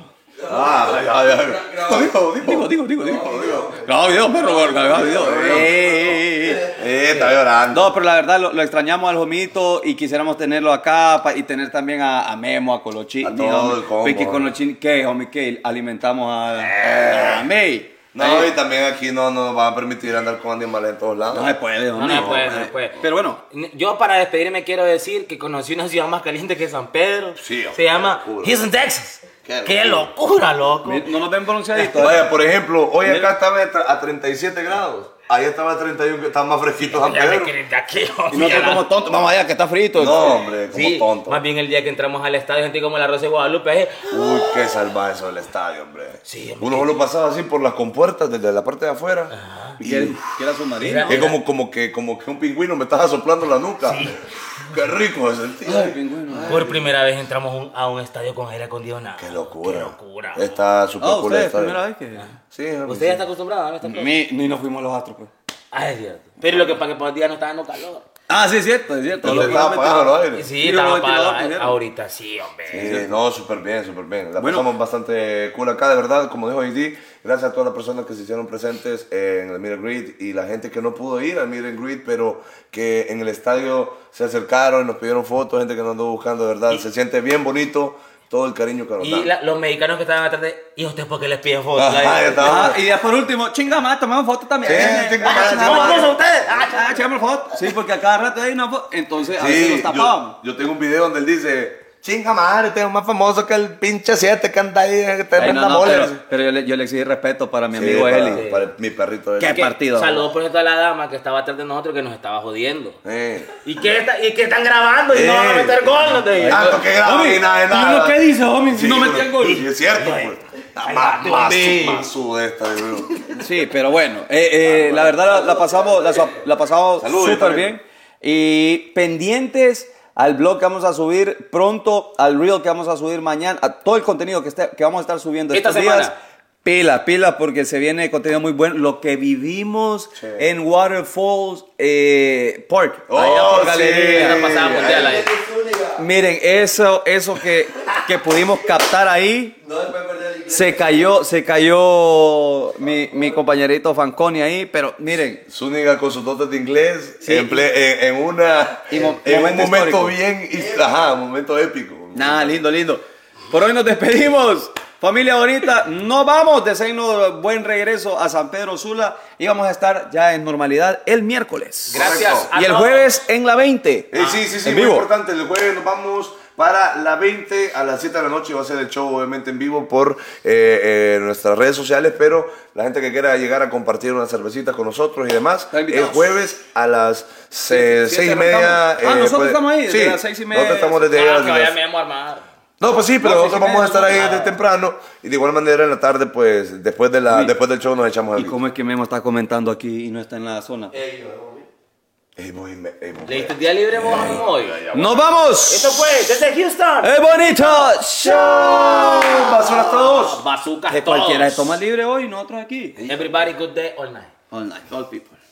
Ah, ay, ay, ay. Dijo, dijo,
Digo, digo, digo, digo. Graba video, perro, graba video. Eh, eh, eh, eh.
Eh, está llorando.
No, pero la verdad lo, lo extrañamos al Jomito y quisiéramos tenerlo acá pa- y tener también a, a Memo, a Colochini.
A todo el combo,
Vicky
¿no?
Colochini, ¿qué, homie? ¿Qué? Alimentamos a, a May.
No, y también aquí no no nos van a permitir andar con animales en todos lados.
No se puede,
No,
homie. Eh,
no, pues, no, pues.
Pero bueno,
Yo para despedirme quiero decir que conocí una ciudad más caliente que San Pedro.
Sí,
Se
qué
llama
locura.
Houston, Texas.
Qué
Qué locura, loco.
no nos ven pronunciaditos.
Vaya, por ejemplo, hoy acá estaba a tre- a 37 grados. Ahí estaba a 31, que estaba más fresquito San
Ya me
Pedro.
quieren ir de aquí,
Y nosotros
mira.
como tontos, vamos allá, que está frito.
No, hombre, como
Sí,
tonto.
más bien el día que entramos al estadio, gente como la Rosa de Guadalupe, eh,
Uy, qué salvaje eso del estadio, hombre.
Sí, hombre.
Uno solo pasaba así por las compuertas desde la parte de afuera. Y
Que que era submarino.
Mira,
es como, como, que, como que un pingüino me estaba soplando la nuca. Qué rico se sentía.
por primera vez entramos un- a un estadio con aire acondicionado.
Qué locura. Este-
Qué locura.
Está súper
Ah,
cool el
ustedes,
estadio.
primera vez que...
Sí, hombre,
¿Usted
sí.
ya está acostumbrado a esta cosa?
Ni, ni nos fuimos a los astros, pues.
Ah, es cierto. Pero lo que para que por día no estaba no calor.
Ah, sí, es cierto, es cierto.
Pero le estaba apagando los aires.
Sí,
Sí,
estaba
los ventiladores
apagado.
primero.
Ahorita sí, hombre.
Sí, Eh, no, súper bien, súper bien. La
Bueno.
pasamos bastante cool acá, de verdad, como dijo ID, gracias a todas las personas que se hicieron presentes en el Meet and Greet y la gente que no pudo ir al Meet and Greet, pero que en el estadio se acercaron y nos pidieron fotos, gente que nos andó buscando, de verdad, se siente bien bonito todo el cariño que nos
Y
dan. Ah,
la- los mexicanos que estaban atrás de. ¿Y ustedes por qué les piden fotos?
Ajá, ya estaba.
Ah, y ya por último, chinga más, tomamos fotos también.
Sí,
Eh,
chinga
ah,
más,
chingada
chinga
madre.
más.
ustedes?
Ah, ah, chingamos fotos. Sí, porque a cada rato hay una foto. Entonces a veces
Sí, yo,
los tapábamos.
yo tengo un video donde él dice, chinga madre, tengo más famoso que el pinche 7 que anda ahí, que te
Ay,
venda
no, no,
bolas".
pero pero yo, le, yo le exigí respeto para mi
Sí,
amigo
para-
Eli.
para mi perrito eh. Eli.
Qué partido.
Saludos por ejemplo a la dama que estaba atrás de nosotros que nos estaba jodiendo.
Eh.
¿Y qué, está- y qué están grabando? ¿Y no van a
Eh.
meter gol? No te digo.
Tanto que graba y nada de nada.
dice, "Oh, homie?
Sí,
no
pero-
metían gol.
Sí, es cierto, pues.
Ay,
Más,
ay,
más,
ay.
más su de esta, yo creo.
Sí, pero bueno, eh, eh, la verdad la, la pasamos la, la pasamos
Saludos,
súper
también.
bien. Y pendientes al blog que vamos a subir pronto, al reel que vamos a subir mañana, a todo el contenido que, esté- que vamos a estar subiendo
Esta
estos días.
semana.
Pila, pila, porque se viene contenido muy bueno. Lo que vivimos
Sí.
en Waterfalls eh, Park.
Oh, sí.
La pasada mundial ahí.
Miren, eso, eso que, que pudimos captar ahí.
No se puede perder el inglés.
Se cayó, se cayó mi, mi compañerito Fanconi ahí, pero miren,
Zúñiga con sus dotes de inglés
Sí.
en, ple- en- en una,
Y mo-
en
momento
un momento
histórico.
bien, y- ajá, momento épico.
nada, lindo, lindo. Por hoy nos despedimos. Familia bonita, nos vamos. Deseenos buen regreso a San Pedro Sula y vamos a estar ya en normalidad el miércoles.
Gracias. a
Y el
todos.
jueves en la 20.
Eh, sí, sí, sí,
Ah, en
muy
vivo.
importante. El jueves nos vamos para la 20 a las 7 de la noche. Va a ser el show, obviamente, en vivo por eh, eh, nuestras redes sociales. Pero la gente que quiera llegar a compartir una cervecita con nosotros y demás,
Están
el
invitados.
jueves a las 6
siete
y media. eh,
arrancamos. Ah, nosotros estamos ahí, desde
sí,
las seis y media.
Nosotros estamos desde
Ah,
ahí
que
a las
vaya
diez.
mi amo armado.
No, pues sí, pero
No, seis y
nosotros vamos a
media,
estar ahí
no,
desde
nada.
temprano. Y de igual manera en la tarde, pues después, de la, después del show nos echamos
¿Y
algo.
cómo es que Memo está comentando aquí y no está en la zona?
Eh.
Ey, muy- ey, muy-
¿Le diste el día libre vos a mi hoy?
¡Nos vamos! Eh.
Esto fue desde Houston.
¡Es bonito! ¡Show!
Paso a las dos.
Bazookas
Que
todos.
cualquiera se toma libre hoy y nosotros aquí.
Everybody good day all night.
All night, all people.